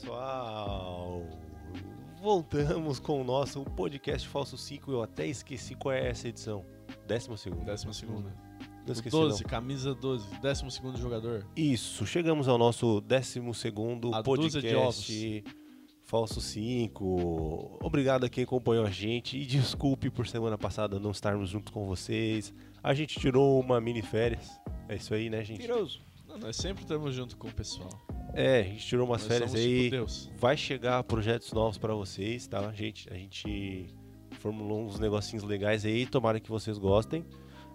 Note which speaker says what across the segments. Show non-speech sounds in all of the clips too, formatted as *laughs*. Speaker 1: pessoal! Voltamos com o nosso podcast Falso 5. Eu até esqueci qual é essa edição. Décima segunda.
Speaker 2: Décima segunda.
Speaker 1: Não esqueci,
Speaker 2: 12,
Speaker 1: não.
Speaker 2: camisa 12, décimo segundo jogador.
Speaker 1: Isso, chegamos ao nosso décimo segundo
Speaker 2: A dúzia de
Speaker 1: podcast Falso 5. Obrigado a quem acompanhou a gente e desculpe por semana passada não estarmos junto com vocês. A gente tirou uma mini férias. É isso aí, né, gente?
Speaker 2: Mentiroso. Não, nós sempre estamos junto com o pessoal.
Speaker 1: É, a gente tirou umas
Speaker 2: nós
Speaker 1: férias
Speaker 2: somos
Speaker 1: aí.
Speaker 2: tipo Deus.
Speaker 1: Vai chegar projetos novos pra vocês, tá? A gente, a gente formulou uns negocinhos legais aí, tomara que vocês gostem.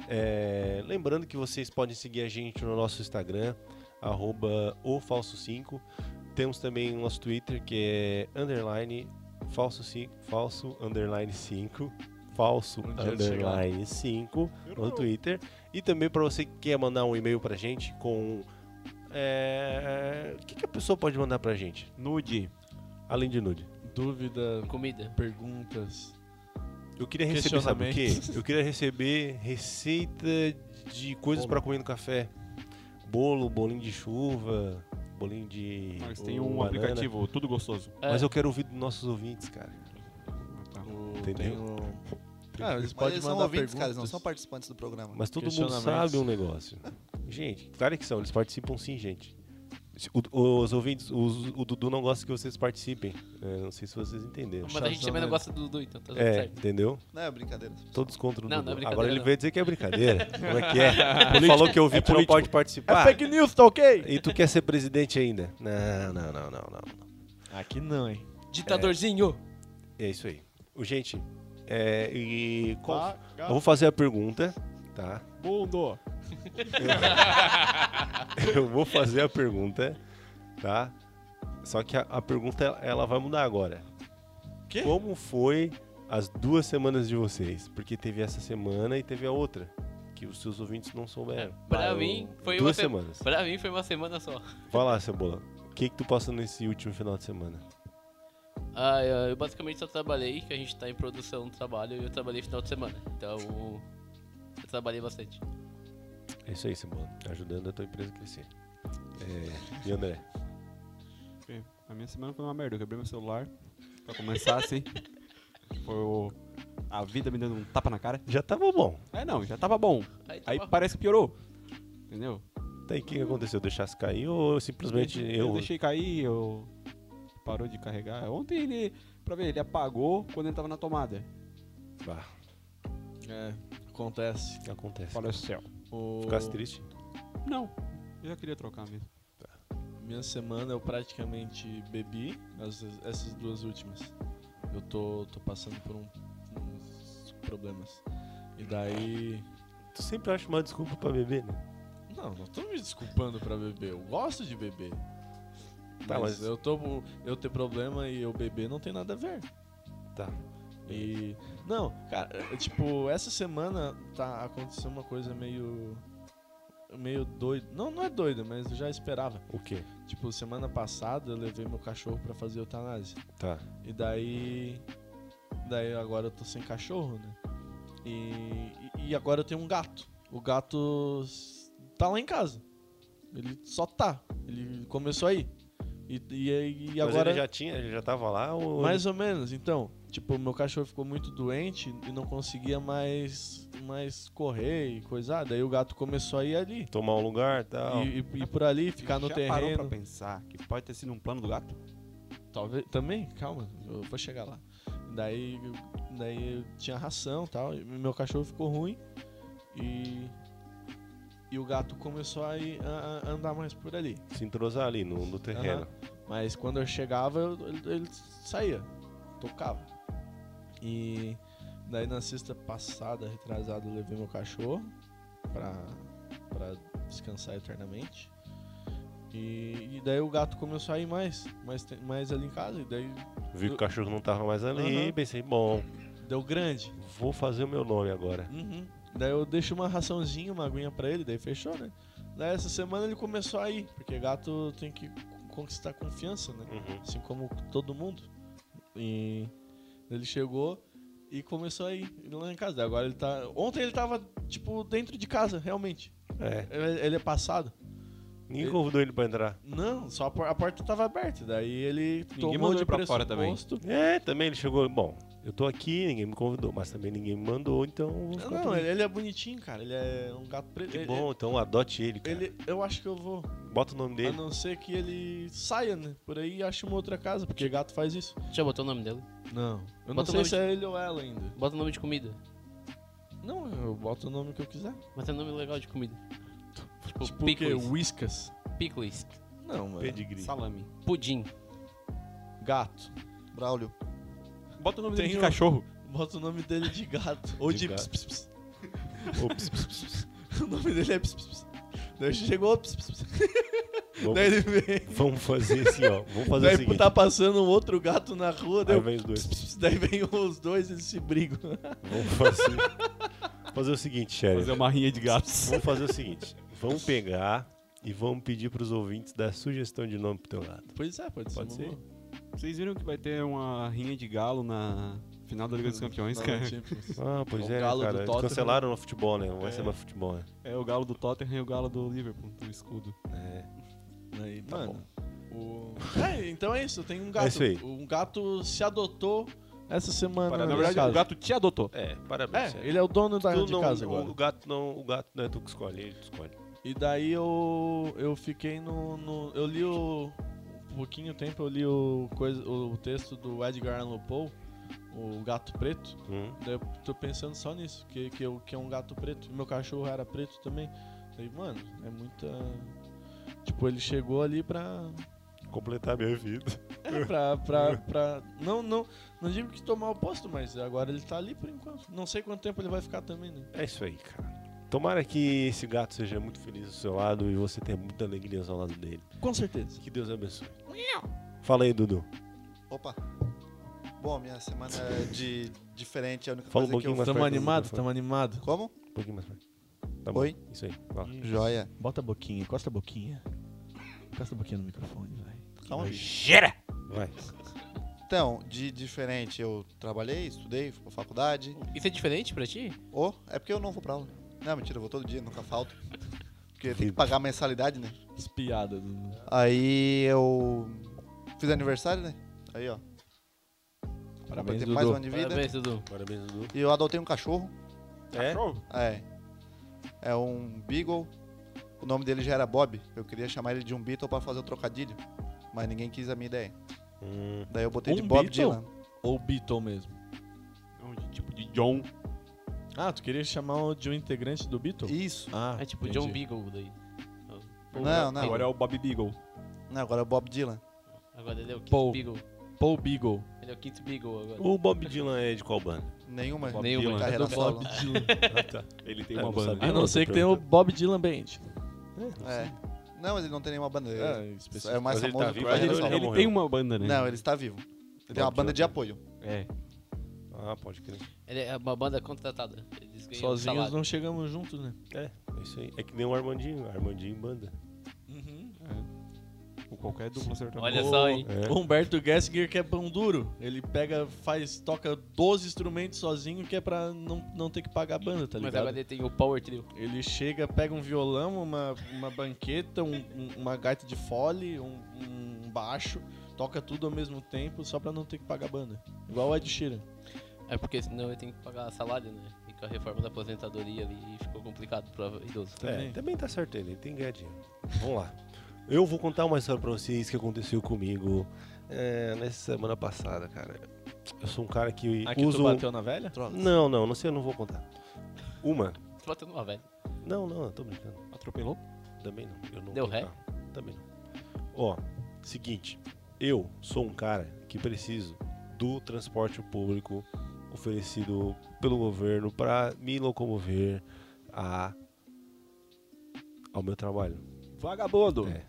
Speaker 1: É, lembrando que vocês podem seguir a gente no nosso Instagram, arroba o falso5. Temos também o nosso Twitter que é underline falso 5, falso underline 5, falso
Speaker 2: Um dia de
Speaker 1: underline 5 no Twitter. E também pra você que quer mandar um e-mail pra gente com... é, o que, que a pessoa pode mandar pra gente?
Speaker 3: Nude.
Speaker 1: Além de nude.
Speaker 2: Dúvida,
Speaker 4: Comida.
Speaker 2: perguntas.
Speaker 1: Eu queria receber, sabe o quê?
Speaker 2: Questionamentos.
Speaker 1: Eu queria receber receita de coisas
Speaker 2: Bolo.
Speaker 1: pra comer no café. Bolo, bolinho de chuva, bolinho de
Speaker 3: Mas tem
Speaker 1: ou
Speaker 3: um
Speaker 1: banana.
Speaker 3: aplicativo, É. tudo gostoso.
Speaker 4: É,
Speaker 1: Mas eu quero ouvir dos nossos ouvintes, cara.
Speaker 2: O,
Speaker 1: Entendeu?
Speaker 2: tem o-
Speaker 5: *laughs*
Speaker 2: Ah, eles
Speaker 5: Mas
Speaker 2: podem
Speaker 5: eles são
Speaker 2: mandar
Speaker 5: ouvintes,
Speaker 2: perguntas.
Speaker 5: cara, eles não são participantes do programa.
Speaker 1: Mas todo mundo
Speaker 2: Questionamentos.
Speaker 1: sabe um negócio. Gente, claro que são, eles participam sim, gente. Se- o- os ouvintes, os- o Dudu não gosta que vocês participem. É, não sei se vocês entenderam.
Speaker 4: Mas a gente também não gosta do Dudu, então tá tudo
Speaker 1: É,
Speaker 4: certo.
Speaker 1: entendeu?
Speaker 5: Não é brincadeira.
Speaker 1: Todos contra o
Speaker 4: Não,
Speaker 1: Dudu.
Speaker 4: não é brincadeira,
Speaker 1: Agora ele
Speaker 4: não.
Speaker 1: veio dizer que é brincadeira. Como é
Speaker 4: *laughs*
Speaker 1: que é? Ele falou que eu vi que não pode
Speaker 4: É
Speaker 1: participar.
Speaker 2: news, tá ok?
Speaker 1: E tu quer ser presidente ainda? Não, não, não, não, não.
Speaker 2: Aqui não, hein?
Speaker 4: Ditadorzinho!
Speaker 1: É isso aí. Ô, Gente, é, e qual- eu vou fazer a pergunta, tá?
Speaker 3: Mundo.
Speaker 1: *laughs* Eu vou fazer a pergunta, tá? Só que a, a pergunta ela vai mudar agora.
Speaker 2: Quê?
Speaker 1: Como foi as duas semanas de vocês? Porque teve essa semana e teve a outra que os seus ouvintes não souberam.
Speaker 4: É, Pra
Speaker 1: Vai,
Speaker 4: mim,
Speaker 1: o-
Speaker 4: foi uma
Speaker 1: É, duas
Speaker 4: se-
Speaker 1: semanas.
Speaker 4: Pra mim foi uma semana só.
Speaker 1: Vai lá, cebola. O que que tu passou nesse último final de semana?
Speaker 4: Ah, eu eu basicamente só trabalhei, que a gente tá em produção do trabalho, e eu trabalhei final de semana. Então, eu trabalhei bastante.
Speaker 1: É isso aí, Simone. Ajudando a tua empresa a crescer. É, e André?
Speaker 3: A minha semana foi uma merda. Eu quebrei meu celular. Pra começar assim. Foi o- a vida me dando um tapa na cara.
Speaker 1: Já tava bom.
Speaker 3: É não, já tava bom.
Speaker 4: Aí, tá
Speaker 3: Aí
Speaker 4: bom.
Speaker 3: parece que piorou. Entendeu?
Speaker 1: Daí Tá, o que que aconteceu? Deixasse cair ou simplesmente
Speaker 3: eu,
Speaker 1: eu.
Speaker 3: deixei cair, eu parou de carregar. Ontem ele, pra ver, ele apagou quando ele tava na tomada.
Speaker 1: Bah,
Speaker 2: É, acontece.
Speaker 1: acontece.
Speaker 3: Falei, céu.
Speaker 2: O...
Speaker 1: Ficasse triste?
Speaker 3: Não, eu já queria trocar mesmo.
Speaker 2: Minha semana eu praticamente bebi as- essas duas últimas. Eu tô, tô passando por um- uns problemas. E daí.
Speaker 1: Tu sempre acha uma desculpa pra beber, né?
Speaker 2: Não, não tô me desculpando pra beber. Eu gosto de beber.
Speaker 1: Tá,
Speaker 2: mas,
Speaker 1: mas-
Speaker 2: eu tô. Eu ter problema e eu beber não tem nada a ver.
Speaker 1: Tá.
Speaker 2: E. Não, cara, é, tipo, essa semana tá aconteceu uma coisa meio. meio doida. Não, não é doida, mas eu já esperava.
Speaker 1: O quê?
Speaker 2: Tipo, semana passada eu levei meu cachorro pra fazer eutanásia.
Speaker 1: Tá.
Speaker 2: E daí. Daí agora eu tô sem cachorro, né? E, e agora eu tenho um gato. O gato s- tá lá em casa. Ele só tá. Ele começou aí. E, e, e
Speaker 1: mas
Speaker 2: agora.
Speaker 1: ele já tinha, um ele já tava lá ou.
Speaker 2: Mais ou menos, então. Tipo, meu cachorro ficou muito doente e não conseguia mais, mais correr e coisar. Daí o gato começou a ir ali.
Speaker 1: Tomar um lugar e tal.
Speaker 2: E, e- e por ali, ficar no
Speaker 3: já parou
Speaker 2: terreno.
Speaker 3: pra pensar que pode ter sido um plano do gato?
Speaker 2: Talvez. Também? Calma, eu vou chegar lá. Daí, daí eu tinha ração e tal, e meu cachorro ficou ruim e. E o gato começou a, ir- a- a andar mais por ali.
Speaker 1: Se entrosar ali no, no terreno.
Speaker 2: Mas quando eu chegava, eu- ele, ele saía, tocava. E daí na sexta passada, retrasada, eu levei meu cachorro pra, pra descansar eternamente. E, e daí o gato começou a ir mais, mais, te- mais ali em casa. E daí
Speaker 1: Vi que o cachorro não tava mais ali,
Speaker 2: Aham.
Speaker 1: pensei, bom,
Speaker 2: deu grande.
Speaker 1: vou fazer o meu nome agora.
Speaker 2: Uhum. Daí eu deixo uma raçãozinha, uma aguinha pra ele, daí fechou, né? Daí essa semana ele começou a ir, porque gato tem que conquistar confiança, né?
Speaker 1: Uhum.
Speaker 2: assim como todo mundo. E ele chegou e começou a ir lá em casa. Agora ele tá. Ontem ele tava, tipo, dentro de casa, realmente.
Speaker 1: É.
Speaker 2: Ele ele é passado.
Speaker 1: Ninguém convidou ele pra entrar.
Speaker 2: Não, só a, por- a porta tava aberta. Daí ele tomou
Speaker 3: mandou
Speaker 2: de
Speaker 3: ele pra fora também.
Speaker 2: pressuposto-
Speaker 1: É, também ele chegou. Bom, eu tô aqui, ninguém me convidou, mas também ninguém me mandou, então. eu vou ficar
Speaker 2: Não,
Speaker 1: por
Speaker 2: Não,
Speaker 1: mim.
Speaker 2: ele, ele é bonitinho, cara. Ele é um gato preto.
Speaker 1: Que
Speaker 2: Ele-
Speaker 1: bom, então adote ele, cara.
Speaker 2: Ele, Ah, eu acho que eu vou.
Speaker 1: Bota o nome
Speaker 2: A
Speaker 1: dele.
Speaker 2: não ser que ele saia, né? Por aí e ache uma outra casa, porque gato faz isso.
Speaker 4: Deixa eu botar o nome dele.
Speaker 2: Não. Eu não
Speaker 4: Bota o
Speaker 2: sei
Speaker 4: nome
Speaker 2: se é ele ou ela ainda.
Speaker 4: Bota o nome de comida.
Speaker 2: Não, eu boto o nome que eu quiser.
Speaker 4: Mas é nome legal de comida. Tipo,
Speaker 2: Tipo o quê?
Speaker 4: picles.
Speaker 2: Whiskas.
Speaker 4: Picles.
Speaker 2: Não, mano.
Speaker 1: Pedigree.
Speaker 3: Salame.
Speaker 4: Pudim.
Speaker 2: Gato. *laughs*
Speaker 5: Braulio.
Speaker 3: Bota o nome
Speaker 2: Tem
Speaker 3: dele de
Speaker 2: um-
Speaker 3: cachorro.
Speaker 2: Bota o nome dele de gato. Ou
Speaker 1: De
Speaker 2: de,
Speaker 1: gato.
Speaker 2: ps, ps, *laughs* ps.
Speaker 1: Ops, ps, ps, ps.
Speaker 2: O nome dele é ps, ps, ps. Daí chegou, ps, ps, ps. é. daí
Speaker 1: Vamos,
Speaker 2: ele vem.
Speaker 1: vamos fazer assim, ó. Vamos fazer o
Speaker 2: Daí
Speaker 1: seguinte.
Speaker 2: tá passando um outro gato na rua, daí,
Speaker 1: Aí
Speaker 2: eu-
Speaker 1: vem os dois.
Speaker 2: ps, ps, ps. daí vem *laughs* os dois e eles se brigam.
Speaker 1: Vamos fazer, fazer o seguinte,
Speaker 2: É.
Speaker 1: Sherry.
Speaker 2: um
Speaker 3: Fazer uma rinha de gatos.
Speaker 1: Vamos fazer o seguinte. Vamos pegar e vamos pedir pros ouvintes dar sugestão de nome pro teu lado.
Speaker 2: Pois é, pode,
Speaker 1: Pode
Speaker 2: ser.
Speaker 1: ser?
Speaker 2: uma
Speaker 3: Vocês viram que vai ter uma rinha de galo na final da Liga dos Campeões,
Speaker 2: boa.
Speaker 3: cara?
Speaker 1: Ah, pois
Speaker 2: O
Speaker 1: é,
Speaker 2: um galo do
Speaker 1: cara. Eles
Speaker 2: Tottenham.
Speaker 1: cancelaram o futebol, né? Não vai
Speaker 3: É.
Speaker 1: ser mais futebol, né?
Speaker 3: É o galo do Tottenham e o galo do Liverpool, do escudo.
Speaker 1: É.
Speaker 2: Aí,
Speaker 1: Tá
Speaker 2: mano, o- *laughs* É, então é isso, tem um gato.
Speaker 1: É isso aí.
Speaker 2: Um gato se adotou essa semana.
Speaker 3: Na
Speaker 2: nesse
Speaker 3: verdade,
Speaker 2: caso.
Speaker 3: o gato te adotou.
Speaker 1: É, parabéns.
Speaker 2: É,
Speaker 1: Sherry.
Speaker 2: ele é o dono da
Speaker 1: Tu
Speaker 2: de
Speaker 1: não-
Speaker 2: casa
Speaker 1: o,
Speaker 2: agora.
Speaker 1: o gato não, o gato não é tu que escolhe, ele que escolhe.
Speaker 2: E daí eu, eu fiquei no, no- Eu li o. Um pouquinho tempo eu li o, coisa, o texto do Edgar Allan Poe, O Gato Preto.
Speaker 1: Hum.
Speaker 2: Daí eu tô pensando só nisso, que, que, eu, que é um gato preto. Meu cachorro era preto também. Daí, mano, é muita. Tipo, ele chegou ali pra.
Speaker 1: Completar minha vida.
Speaker 2: É, *laughs* pra, pra, pra. Não, não. Não digo que tomar o posto, mas agora ele tá ali por enquanto. Não sei quanto tempo ele vai ficar também, né?
Speaker 1: É isso aí, cara. Tomara que esse gato seja muito feliz ao seu lado e você tenha muita alegria ao lado dele.
Speaker 2: Com certeza.
Speaker 1: Que Deus abençoe. Fala aí, Dudu.
Speaker 5: Opa. Bom, minha semana é de diferente. é A única
Speaker 1: Fala um
Speaker 5: coisa que eu...
Speaker 1: pouquinho mais
Speaker 2: Tamo
Speaker 1: perto do
Speaker 2: animado,
Speaker 1: microfone.
Speaker 2: tamo animado.
Speaker 5: Como?
Speaker 1: Um pouquinho mais perto. Tá
Speaker 5: Oi?
Speaker 1: bom. Isso aí. vai lá.
Speaker 5: Joia.
Speaker 2: Bota a boquinha, encosta a boquinha. Encosta a boquinha no microfone, vai.
Speaker 5: Calma, bicho.
Speaker 1: Vai.
Speaker 5: Então, de diferente, eu trabalhei, estudei, fui pra faculdade.
Speaker 4: Isso é diferente pra ti?
Speaker 5: Ou é porque eu não vou pra aula. Não, mentira, eu vou todo dia, nunca falto. Porque tem
Speaker 1: Vida.
Speaker 5: que pagar a mensalidade, né?
Speaker 2: Espiada do.
Speaker 5: Aí eu fiz aniversário, né? Aí, ó.
Speaker 2: Parabéns,
Speaker 5: ter
Speaker 2: Dudu.
Speaker 5: mais um ano de vida.
Speaker 4: Parabéns, Dudu.
Speaker 1: Parabéns, Dudu.
Speaker 5: E eu adotei um cachorro.
Speaker 1: É?
Speaker 3: Cachorro?
Speaker 5: É. É um Beagle. O nome dele já era Bob. Eu queria chamar ele de um Beatle pra fazer o trocadilho. Mas ninguém quis a minha ideia.
Speaker 1: Hum,
Speaker 5: Daí eu botei de
Speaker 2: Um
Speaker 5: Bob
Speaker 2: Beatle?
Speaker 5: Dylan.
Speaker 2: Ou Beatle mesmo.
Speaker 3: É um tipo de John.
Speaker 2: Ah, tu queria chamar o de um integrante do Beatle?
Speaker 5: Isso.
Speaker 2: Ah,
Speaker 4: É tipo
Speaker 2: entendi.
Speaker 4: John Beagle daí.
Speaker 5: Não, não.
Speaker 3: Agora é o Bob Beagle.
Speaker 5: Não, agora é o Bob Dylan.
Speaker 4: Agora ele é o quinto
Speaker 2: Paul.
Speaker 4: Beagle.
Speaker 2: Paul Beagle.
Speaker 4: Ele é o quinto Beagle agora.
Speaker 1: O Bob Dylan é de qual banda?
Speaker 5: Nenhuma.
Speaker 3: Bob
Speaker 4: Nenhuma.
Speaker 3: Dylan.
Speaker 5: Carreira
Speaker 2: do Bob
Speaker 5: solo.
Speaker 2: Dylan.
Speaker 1: *laughs* Ah, tá.
Speaker 3: Ele tem
Speaker 1: Eu
Speaker 3: uma
Speaker 1: não
Speaker 3: banda.
Speaker 1: sabia.
Speaker 2: A não ser que tenha o Bob Dylan Band.
Speaker 5: É. Não, mas ele não tem nenhuma bandeira.
Speaker 2: Ah, específico.
Speaker 5: É o mais
Speaker 1: Mas ele
Speaker 5: famoso
Speaker 1: tá
Speaker 5: por
Speaker 1: vivo ainda
Speaker 5: carreira
Speaker 3: Ele,
Speaker 1: ou
Speaker 5: solo.
Speaker 1: já
Speaker 3: ele tem
Speaker 1: morreu?
Speaker 3: uma banda, né?
Speaker 5: Não, ele está vivo. Ele tem uma
Speaker 1: Bob
Speaker 5: banda de
Speaker 1: Dylan.
Speaker 5: apoio.
Speaker 3: É.
Speaker 1: Ah, pode crer.
Speaker 4: Ele é uma banda contratada. Eles ganham
Speaker 2: Sozinhos
Speaker 4: um salário.
Speaker 2: não chegamos juntos, né?
Speaker 1: É isso aí. É que nem o Armandinho. Armandinho em banda.
Speaker 4: Uhum.
Speaker 3: Com Tipo, qualquer dupla sertaneja.
Speaker 4: Olha só, hein.
Speaker 1: É.
Speaker 2: O Humberto Gessinger que é pão duro. Ele pega, faz, toca 12 instrumentos sozinho que é pra não, não ter que pagar a banda, tá
Speaker 4: Mas
Speaker 2: ligado?
Speaker 4: agora ele tem o Power Trio.
Speaker 2: Ele chega, pega um violão, uma, uma banqueta, um- um- uma gaita de fole, um, um baixo, toca tudo ao mesmo tempo só pra não ter que pagar a banda. Igual o Ed Sheeran.
Speaker 4: É porque senão ele tem que pagar salário, né? E com a reforma da aposentadoria ali ficou complicado pro idoso.
Speaker 1: É, também tá certo ele, ele tem que ganhar dinheiro. Vamos lá. Eu vou contar uma história pra vocês que aconteceu comigo é, nessa semana passada, cara. Eu sou um cara que
Speaker 2: Aqui
Speaker 1: uso.
Speaker 2: tu bateu na velha?
Speaker 1: Não, não, não sei, eu não vou contar. Uma.
Speaker 4: Tu bateu numa velha.
Speaker 1: Não, não, eu tô brincando.
Speaker 3: Atropelou?
Speaker 1: Também não. Eu não
Speaker 4: Deu
Speaker 1: vou
Speaker 4: ré?
Speaker 1: contar. Também não. Ó, seguinte. Eu sou um cara que preciso do transporte público oferecido pelo governo pra me locomover a ao meu trabalho.
Speaker 3: Vagabundo.
Speaker 1: É.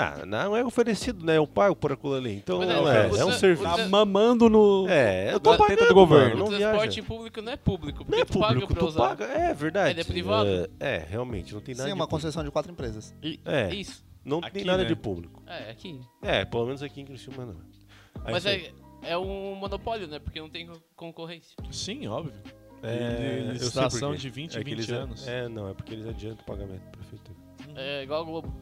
Speaker 1: Ah, não é oferecido, né? Eu pago por aquilo ali. Então
Speaker 4: Mas é,
Speaker 1: não é,
Speaker 4: o
Speaker 1: é um
Speaker 4: tran-
Speaker 1: serviço.
Speaker 4: o
Speaker 3: Tá mamando no.
Speaker 1: É, eu
Speaker 3: na
Speaker 1: tô
Speaker 3: teta
Speaker 1: pagando
Speaker 3: do governo.
Speaker 1: mano,
Speaker 4: o
Speaker 1: não
Speaker 4: transporte
Speaker 1: viaja.
Speaker 4: público não é público, porque
Speaker 1: Não é
Speaker 4: tu paga
Speaker 1: público,
Speaker 4: pra
Speaker 1: tu
Speaker 4: usar.
Speaker 1: paga. É verdade.
Speaker 4: Ele é privado.
Speaker 1: É, é, realmente, não tem nada
Speaker 5: Sim, é uma
Speaker 1: de público.
Speaker 5: concessão de quatro empresas.
Speaker 4: E-
Speaker 1: É.
Speaker 4: Isso.
Speaker 1: Não
Speaker 3: Aqui,
Speaker 1: tem nada
Speaker 3: né?
Speaker 1: de público.
Speaker 4: É, aqui.
Speaker 1: É, pelo menos aqui em Criciúma não. Aí
Speaker 4: Mas
Speaker 1: foi-
Speaker 4: é, é um monopólio, né? Porque não tem co- concorrência.
Speaker 2: Sim, óbvio.
Speaker 1: É,
Speaker 2: Ele-
Speaker 1: eu sei
Speaker 2: licitação
Speaker 1: por quê.
Speaker 2: de 20
Speaker 1: é
Speaker 2: em
Speaker 1: que
Speaker 2: 20
Speaker 1: eles-
Speaker 2: anos.
Speaker 1: É, não, é porque eles adiantam o pagamento da prefeitura.
Speaker 4: É igual a Globo.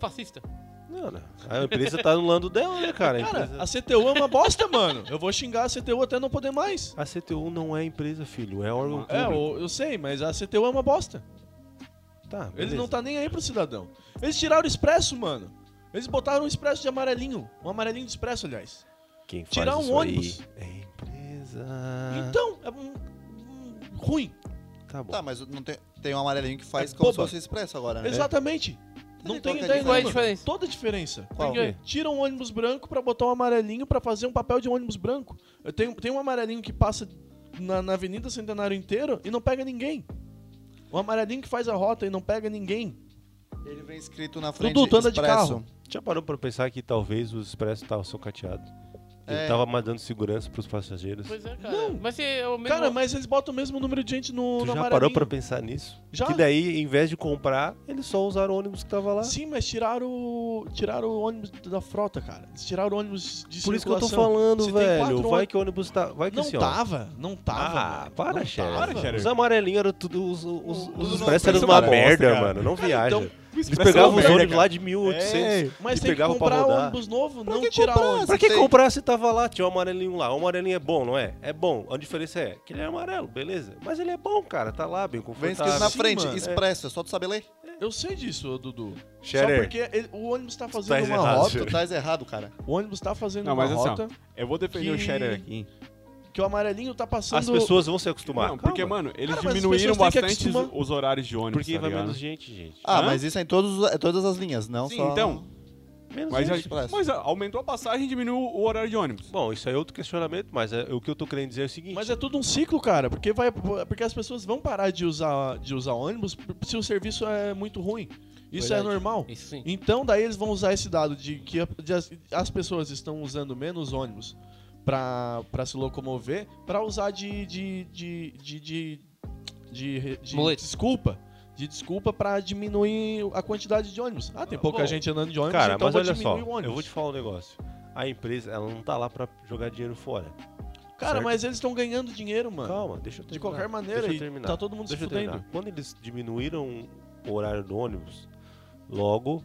Speaker 4: Fascista.
Speaker 1: Não, não. A empresa tá anulando dela, né, cara? A,
Speaker 2: Cara,
Speaker 1: empresa...
Speaker 2: a CTU é uma bosta, mano. Eu vou xingar a CTU até não poder mais.
Speaker 1: a CTU não é empresa, filho. É órgão
Speaker 2: É,
Speaker 1: público.
Speaker 2: eu, eu sei, mas a CTU é uma bosta.
Speaker 1: Tá,
Speaker 2: Eles
Speaker 1: beleza.
Speaker 2: não tá nem aí pro cidadão. Eles tiraram o expresso, mano. Eles botaram um expresso de amarelinho. Um amarelinho de expresso, aliás.
Speaker 1: Quem faz
Speaker 2: tirar um
Speaker 1: isso aí
Speaker 2: ônibus.
Speaker 1: É empresa.
Speaker 2: Então, é um, um- ruim.
Speaker 1: Tá bom.
Speaker 5: Tá, mas não tem, tem um amarelinho que faz
Speaker 2: É
Speaker 5: como
Speaker 2: boba.
Speaker 5: se fosse expresso
Speaker 1: Ah,
Speaker 5: agora,
Speaker 1: é?
Speaker 5: né?
Speaker 2: Exatamente. Não
Speaker 5: Ele
Speaker 2: tem
Speaker 5: toca
Speaker 2: ideia
Speaker 5: de
Speaker 4: Qual é a
Speaker 2: nenhuma.
Speaker 4: diferença?
Speaker 2: Toda a diferença.
Speaker 5: Qual?
Speaker 4: Por quê?
Speaker 2: Tira um ônibus branco pra botar um amarelinho pra fazer um papel de ônibus branco. Eu tenho, tem um amarelinho que passa na, na Avenida Centenário inteiro e não pega ninguém. Um amarelinho que faz a rota e não pega ninguém.
Speaker 5: Ele vem escrito na frente
Speaker 2: Dudu, tu anda de
Speaker 5: expresso.
Speaker 1: Já parou pra pensar que talvez o expresso tava socateado? Ele
Speaker 5: É.
Speaker 1: tava mais dando segurança pros passageiros.
Speaker 4: Pois é, cara.
Speaker 2: Não.
Speaker 4: Mas se é o mesmo.
Speaker 2: Cara, mas eles botam o mesmo número de gente
Speaker 1: Tu
Speaker 2: no, no
Speaker 1: já
Speaker 2: amarelinho.
Speaker 1: parou pra pensar nisso?
Speaker 2: Já?
Speaker 1: Que daí, em vez de comprar, eles só usaram o ônibus que tava lá.
Speaker 2: Sim, mas tiraram, o- tiraram o ônibus da frota, cara. Eles tiraram o ônibus de
Speaker 1: Por isso é que eu tô
Speaker 2: circulação.
Speaker 1: falando,
Speaker 2: Se tem
Speaker 1: velho.
Speaker 2: quatro
Speaker 1: Vai
Speaker 2: ônibus-
Speaker 1: que o ônibus tá. Vai que
Speaker 2: Não
Speaker 1: assim, ó.
Speaker 2: tava, não tava.
Speaker 1: Ah,
Speaker 2: velho.
Speaker 1: para,
Speaker 2: Não
Speaker 1: Xero.
Speaker 2: tava.
Speaker 3: Para, Xero.
Speaker 1: Os amarelinhos eram tudo. Os, os, os
Speaker 5: não
Speaker 1: expressos eram
Speaker 5: pensa
Speaker 1: uma
Speaker 5: uma
Speaker 1: merda,
Speaker 3: bosta, cara.
Speaker 1: mano. Não
Speaker 2: Cara,
Speaker 1: viaja.
Speaker 2: então,
Speaker 1: Eles pegavam os
Speaker 3: Expressão
Speaker 1: ônibus
Speaker 3: merda,
Speaker 1: lá de 1800.
Speaker 2: mas
Speaker 1: e
Speaker 2: tem que
Speaker 1: pegavam pra
Speaker 2: comprar
Speaker 1: rodar.
Speaker 2: ônibus novo,
Speaker 5: Pra
Speaker 2: não
Speaker 5: que
Speaker 2: tirar
Speaker 5: comprar?
Speaker 2: ônibus.
Speaker 1: Pra que
Speaker 5: Tem.
Speaker 1: comprar se tava lá? Tinha um amarelinho lá. O amarelinho é bom, não é? É bom. A diferença é que ele é amarelo, beleza. Mas ele é bom, cara. Tá lá, bem
Speaker 5: Vem
Speaker 1: confortável.
Speaker 5: escrito na
Speaker 2: Sim,
Speaker 5: frente,
Speaker 2: mano.
Speaker 5: expresso. É só tu saber ler.
Speaker 2: Eu sei disso, ô, Dudu. Só
Speaker 1: Scherer,
Speaker 2: porque ele- o ônibus tá fazendo
Speaker 1: tá
Speaker 2: uma
Speaker 1: errado,
Speaker 2: rota.
Speaker 5: Tu
Speaker 1: Scherer.
Speaker 5: tás errado, cara.
Speaker 2: O ônibus tá fazendo
Speaker 3: Não,
Speaker 2: uma
Speaker 3: mas assim, ó,
Speaker 2: rota
Speaker 3: Eu vou defender o
Speaker 2: Que-
Speaker 3: Shader aqui. hein?
Speaker 2: que o amarelinho tá passando.
Speaker 1: As pessoas vão se acostumar.
Speaker 3: Não, porque,
Speaker 1: Calma.
Speaker 3: mano, eles
Speaker 2: Cara, mas as
Speaker 3: diminuíram
Speaker 2: pessoas têm que
Speaker 3: bastante os,
Speaker 2: acostumar.
Speaker 3: os horários de ônibus.
Speaker 1: Porque
Speaker 3: tá
Speaker 1: vai
Speaker 3: ligado?
Speaker 1: menos gente, gente.
Speaker 5: Ah,
Speaker 3: Hã?
Speaker 5: mas isso é em todos, os- é todas as linhas, não
Speaker 3: Sim,
Speaker 5: só...
Speaker 3: então.
Speaker 1: Menos
Speaker 3: Mas,
Speaker 1: gente.
Speaker 5: expresso.
Speaker 3: mas aumentou a passagem e diminuiu o horário de ônibus.
Speaker 1: Bom, isso aí é outro questionamento, mas é- o que eu tô querendo dizer é o seguinte.
Speaker 2: Mas é tudo um ciclo, cara, porque vai porque as pessoas vão parar de usar de usar ônibus se o serviço é muito ruim. Isso é
Speaker 4: Verdade.
Speaker 2: normal.
Speaker 4: Isso sim.
Speaker 2: Então daí eles vão usar esse dado de que a- de as, as pessoas estão usando menos ônibus pra pra se locomover, pra usar de de de de, de, de, de- de-
Speaker 4: Muleta.
Speaker 2: desculpa. De desculpa pra diminuir a quantidade de ônibus. Ah, tem pouca
Speaker 1: Bom,
Speaker 2: gente andando de ônibus,
Speaker 1: Cara,
Speaker 2: então
Speaker 1: mas
Speaker 2: vou
Speaker 1: olha só,
Speaker 2: diminuir o ônibus.
Speaker 1: eu vou te falar um negócio. A empresa, ela não tá lá pra jogar dinheiro fora.
Speaker 2: Cara,
Speaker 1: certo?
Speaker 2: mas eles estão ganhando dinheiro, mano.
Speaker 1: Calma, deixa eu terminar.
Speaker 2: De qualquer maneira,
Speaker 1: deixa eu
Speaker 2: e
Speaker 1: terminar.
Speaker 2: tá todo mundo
Speaker 1: Deixa
Speaker 2: se
Speaker 1: eu
Speaker 2: fudendo.
Speaker 1: terminar. Quando eles diminuíram o horário do ônibus, logo,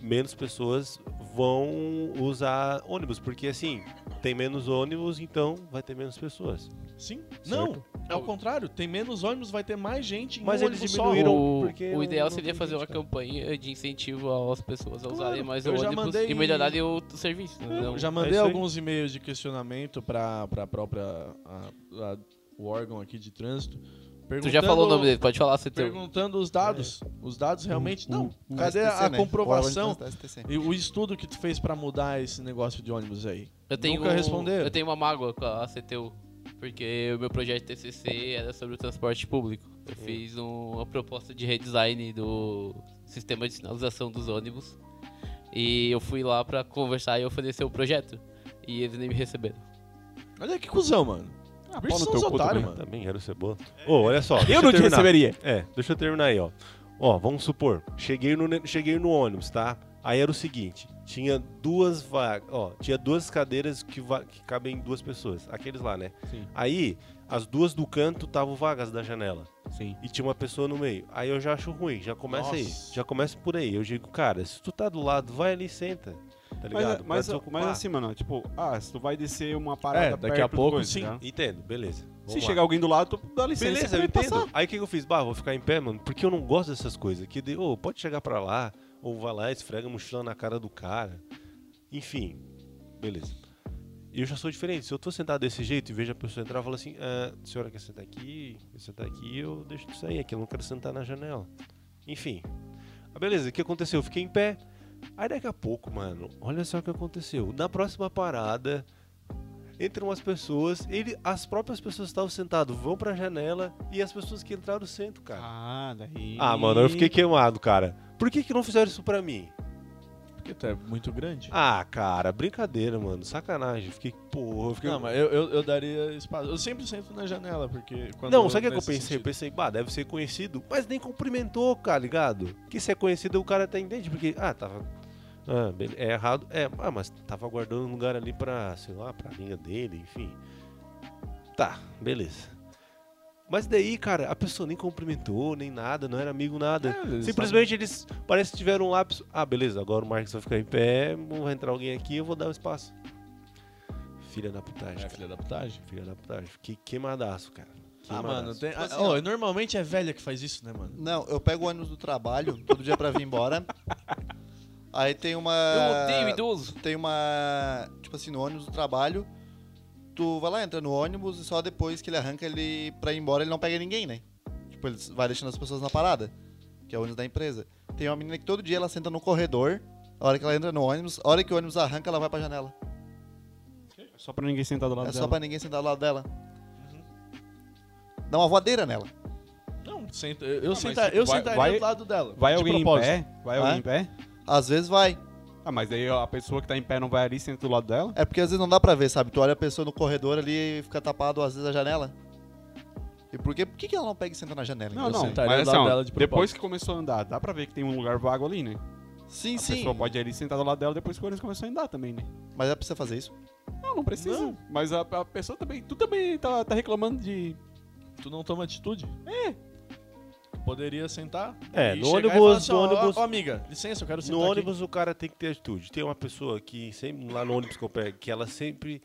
Speaker 1: menos pessoas vão usar ônibus. Porque, assim, tem menos ônibus, então vai ter menos pessoas.
Speaker 2: Sim?
Speaker 1: Certo.
Speaker 2: Não, é o contrário. Tem menos ônibus, vai ter mais gente em
Speaker 1: Mas
Speaker 2: um
Speaker 1: eles
Speaker 2: ônibus
Speaker 1: diminuíram.
Speaker 2: só.
Speaker 4: o,
Speaker 1: porque
Speaker 4: o
Speaker 1: não-
Speaker 4: ideal
Speaker 1: não
Speaker 4: seria
Speaker 1: tem
Speaker 4: fazer uma
Speaker 1: gente, cara.
Speaker 4: campanha de incentivo às pessoas a usarem mais o
Speaker 2: eu já
Speaker 4: ônibus
Speaker 2: mandei-
Speaker 4: e melhorarem o t- serviço. Não,
Speaker 2: Eu já mandei
Speaker 1: isso aí.
Speaker 2: alguns e-mails de questionamento pra, pra própria a- a- o órgão aqui de trânsito.
Speaker 4: tu já falou o nome dele, pode falar se teu. É.
Speaker 2: Perguntando os dados. Os dados realmente. Não,
Speaker 5: O
Speaker 2: cadê
Speaker 5: STC,
Speaker 2: a
Speaker 5: né? O
Speaker 2: comprovação
Speaker 5: órgão de STC.
Speaker 2: e o estudo que tu fez pra mudar esse negócio de ônibus aí?
Speaker 4: Eu tenho, um-
Speaker 2: Nunca responderam.
Speaker 4: eu tenho uma mágoa com a CTU, porque o meu projeto de TCC era sobre o transporte público. Eu fiz um- uma proposta de redesign do sistema de sinalização dos ônibus e eu fui lá pra conversar e oferecer o projeto. E eles nem me receberam.
Speaker 2: Olha que cuzão, mano.
Speaker 3: Ah,
Speaker 2: Bicho,
Speaker 3: pau no
Speaker 2: são
Speaker 3: teu
Speaker 2: os
Speaker 3: cu
Speaker 2: otários,
Speaker 3: também.
Speaker 2: mano.
Speaker 1: Também era o cebola. Ô, olha só. deixa
Speaker 3: é, Eu não te
Speaker 1: terminar.
Speaker 3: receberia.
Speaker 1: É, deixa eu terminar aí, ó. Ó, vamos supor, cheguei no, ne- cheguei no ônibus, tá? Aí era o seguinte, tinha duas vagas, ó, tinha duas cadeiras que, va- que cabem duas pessoas, aqueles lá, né?
Speaker 3: Sim.
Speaker 1: Aí, as duas do canto estavam vagas da janela
Speaker 3: Sim.
Speaker 1: e tinha uma pessoa no meio. Aí eu já acho ruim, já começa aí,
Speaker 2: Nossa.
Speaker 1: já começa por aí. Eu digo, cara, se tu tá do lado, vai ali e senta, tá
Speaker 3: Mas, é-
Speaker 1: ligado? Pra
Speaker 3: mas,
Speaker 1: desocupar.
Speaker 3: mas assim, mano, tipo, ah, se tu vai descer uma parada
Speaker 2: É, daqui
Speaker 3: perto
Speaker 2: a
Speaker 3: do
Speaker 2: pouco,
Speaker 3: coisa,
Speaker 2: sim.
Speaker 3: tá?
Speaker 1: Entendo, beleza.
Speaker 3: Se
Speaker 1: Vamos lá.
Speaker 3: chegar alguém do lado, tu dá licença
Speaker 1: Beleza,
Speaker 3: pra
Speaker 1: eu
Speaker 3: ele
Speaker 1: entendo.
Speaker 3: passar.
Speaker 1: Aí o que, que eu fiz? Bah, vou ficar em pé, mano, porque eu não gosto dessas coisas. Que de, ô, pode chegar pra lá, ou vai lá, esfrega a mochila na cara do cara. Enfim, beleza. E eu já sou diferente. Se eu tô sentado desse jeito e vejo a pessoa entrar, eu falo assim: ah, a senhora quer sentar aqui? Quer sentar aqui? Eu deixo de sair aqui, eu não quero sentar na janela. Enfim. Ah, beleza, o que aconteceu? Eu fiquei em pé. Aí daqui a pouco, mano, olha só o que aconteceu. Na próxima parada, entram as pessoas, ele, as próprias pessoas que estavam sentadas vão pra janela e as pessoas que entraram sentam, cara.
Speaker 3: Ah, daí.
Speaker 1: Ah, mano, eu fiquei queimado, cara. Por que, que não fizeram isso pra mim?
Speaker 2: Porque tu é muito grande.
Speaker 1: Ah, cara, brincadeira, mano. Sacanagem. Fiquei, porra, eu fiquei.
Speaker 2: Não, mas eu, eu, eu daria espaço. Eu sempre sento na janela, porque. Quando
Speaker 1: Não, sabe o que, é que eu
Speaker 2: nesse
Speaker 1: pensei? Eu
Speaker 2: sentido-
Speaker 1: pensei, bah, deve ser conhecido, mas nem cumprimentou, cara, ligado? Que se é conhecido, o cara até entende, porque, ah, tava. Ah, bele- é errado. É, ah, mas tava guardando um lugar ali pra, sei lá, pra linha dele, enfim. Tá, beleza. Mas daí, cara, a pessoa nem cumprimentou, nem nada, não era amigo, nada.
Speaker 2: É, eles
Speaker 1: Simplesmente eles parece que tiveram um lápis. Ah, beleza, agora o Marcos vai ficar em pé, vai entrar alguém aqui, eu vou dar um espaço. Filha da putagem,
Speaker 2: sabem- É,
Speaker 1: cara.
Speaker 2: filha da putagem.
Speaker 1: Filha da putagem. Que queimadaço, cara.
Speaker 2: Ah,
Speaker 1: Queimadaço.
Speaker 2: mano, tem...
Speaker 5: Assim,
Speaker 2: ah, ó, normalmente é velha que faz isso, né, mano?
Speaker 5: Não, eu pego o ônibus do trabalho todo dia pra vir embora. Aí tem uma.
Speaker 4: Eu odeio idoso.
Speaker 5: Tem uma. Tipo assim, no ônibus do trabalho. Tu vai lá, entra no ônibus e só depois que ele arranca ele pra ir embora ele não pega ninguém, né? Tipo, ele vai deixando as pessoas na parada. Que é o ônibus da empresa. Tem uma menina que todo dia ela senta no corredor. A hora que ela entra no ônibus, a hora que o ônibus arranca, ela vai pra janela.
Speaker 3: Só pra ninguém sentar do lado
Speaker 5: É
Speaker 3: dela.
Speaker 5: só pra ninguém sentar do lado dela.
Speaker 3: Uhum.
Speaker 5: Dá uma voadeira nela.
Speaker 2: Não, senta, eu, eu,
Speaker 3: mas
Speaker 2: senta, eu
Speaker 3: vai-
Speaker 2: sentaria
Speaker 3: vai-
Speaker 2: do lado dela.
Speaker 3: Vai
Speaker 2: de
Speaker 3: alguém em
Speaker 2: propósito.
Speaker 3: pé? Vai alguém em pé?
Speaker 5: Às vezes vai.
Speaker 3: Ah, mas aí a pessoa que tá em pé não vai ali, senta do lado dela?
Speaker 5: É porque às vezes não dá pra ver, sabe? Tu olha a pessoa no corredor ali e fica tapado às vezes a janela. E por quê? Por que, que ela não pega e senta na janela?
Speaker 3: Não,
Speaker 5: então,
Speaker 3: não.
Speaker 5: assim?
Speaker 2: sentaria
Speaker 3: Mas
Speaker 2: do
Speaker 3: assim,
Speaker 2: lado
Speaker 3: ó,
Speaker 2: dela de
Speaker 3: depois
Speaker 2: propósito.
Speaker 3: que começou a andar, dá pra ver que tem um lugar vago ali, né?
Speaker 5: Sim,
Speaker 3: A
Speaker 5: sim.
Speaker 3: pessoa pode ir ali sentar do lado dela depois que o ônibus começou a andar também, né?
Speaker 5: Mas ela precisa fazer isso.
Speaker 3: Não, não precisa. Mas a, a pessoa também. Tu também tá, tá reclamando de.
Speaker 2: Tu não toma atitude? É. Poderia sentar.
Speaker 1: É,
Speaker 2: e
Speaker 1: no
Speaker 2: chegar e
Speaker 1: ônibus-
Speaker 2: falar assim,
Speaker 1: no
Speaker 2: ó, ó,
Speaker 1: ônibus-
Speaker 2: Ó, amiga, licença, eu quero sentar
Speaker 1: No
Speaker 2: aqui.
Speaker 1: ônibus o cara tem que ter atitude. Tem uma pessoa que sempre lá no ônibus que eu pego, que ela sempre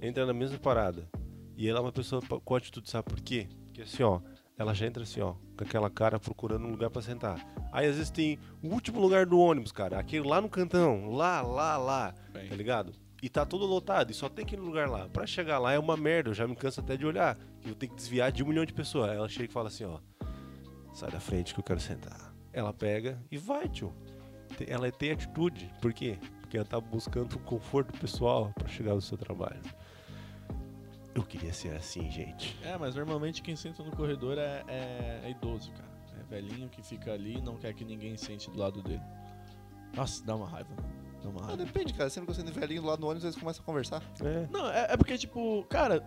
Speaker 1: entra na mesma parada. E ela é uma pessoa pa- com atitude, sabe por quê? Porque assim, ó, ela já entra assim, ó, com aquela cara procurando um lugar pra sentar. Aí às vezes tem o último lugar do ônibus, cara, aquele lá no cantão, lá, lá, lá,
Speaker 2: Bem.
Speaker 1: tá ligado? E tá todo lotado, e só tem aquele lugar lá. Pra chegar lá é uma merda, eu já me canso até de olhar. que Eu tenho que desviar de um milhão de pessoas. Aí ela chega e fala assim, ó, sai da frente que eu quero sentar. Ela pega e vai, tio. Te- Ela tem atitude. Por quê? Porque ela tá buscando o conforto pessoal pra chegar no seu trabalho. Eu queria ser assim, gente.
Speaker 2: É, mas normalmente quem senta no corredor é, é- é idoso, cara. É velhinho que fica ali e não quer que ninguém sente do lado dele. Nossa, dá uma raiva. mano. Dá uma
Speaker 5: Ah,
Speaker 2: raiva.
Speaker 5: depende, cara. Sempre que eu sento velhinho do lado do ônibus, eles começam a conversar.
Speaker 1: É.
Speaker 2: Não, é, é porque, tipo, cara,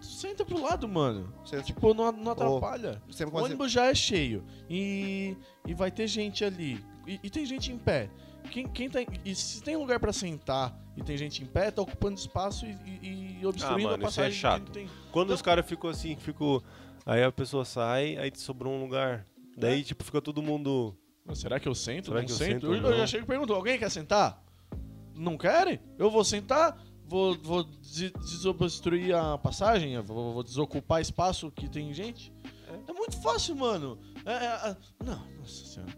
Speaker 2: senta pro lado, mano.
Speaker 5: Sempre, tipo,
Speaker 2: Pô, não, não atrapalha.
Speaker 5: sempre
Speaker 2: O
Speaker 5: começa...
Speaker 2: ônibus já é cheio. E, e vai ter gente ali. E, e tem gente em pé. Quem, quem tá, em- e se tem lugar pra sentar e tem gente em pé, tá ocupando espaço e, e- e obstruindo
Speaker 1: Ah, mano,
Speaker 2: a
Speaker 1: isso é
Speaker 2: passagem. de
Speaker 1: chato.
Speaker 2: quem tem-
Speaker 1: Quando os caras ficam assim, ficou. Aí a pessoa sai, aí te sobrou um lugar. Daí,
Speaker 2: É.
Speaker 1: tipo, fica todo mundo.
Speaker 2: Mas será que eu sento?
Speaker 1: Será
Speaker 2: não
Speaker 1: que eu
Speaker 2: sento?
Speaker 1: sento
Speaker 2: eu,
Speaker 1: ou
Speaker 2: eu já
Speaker 1: não?
Speaker 2: chego e pergunto, alguém quer sentar? Não querem? Eu vou sentar, vou, vou des- desobstruir a passagem, eu vou, vou desocupar espaço que tem gente. É, muito fácil, mano. É, é, é- não, nossa senhora.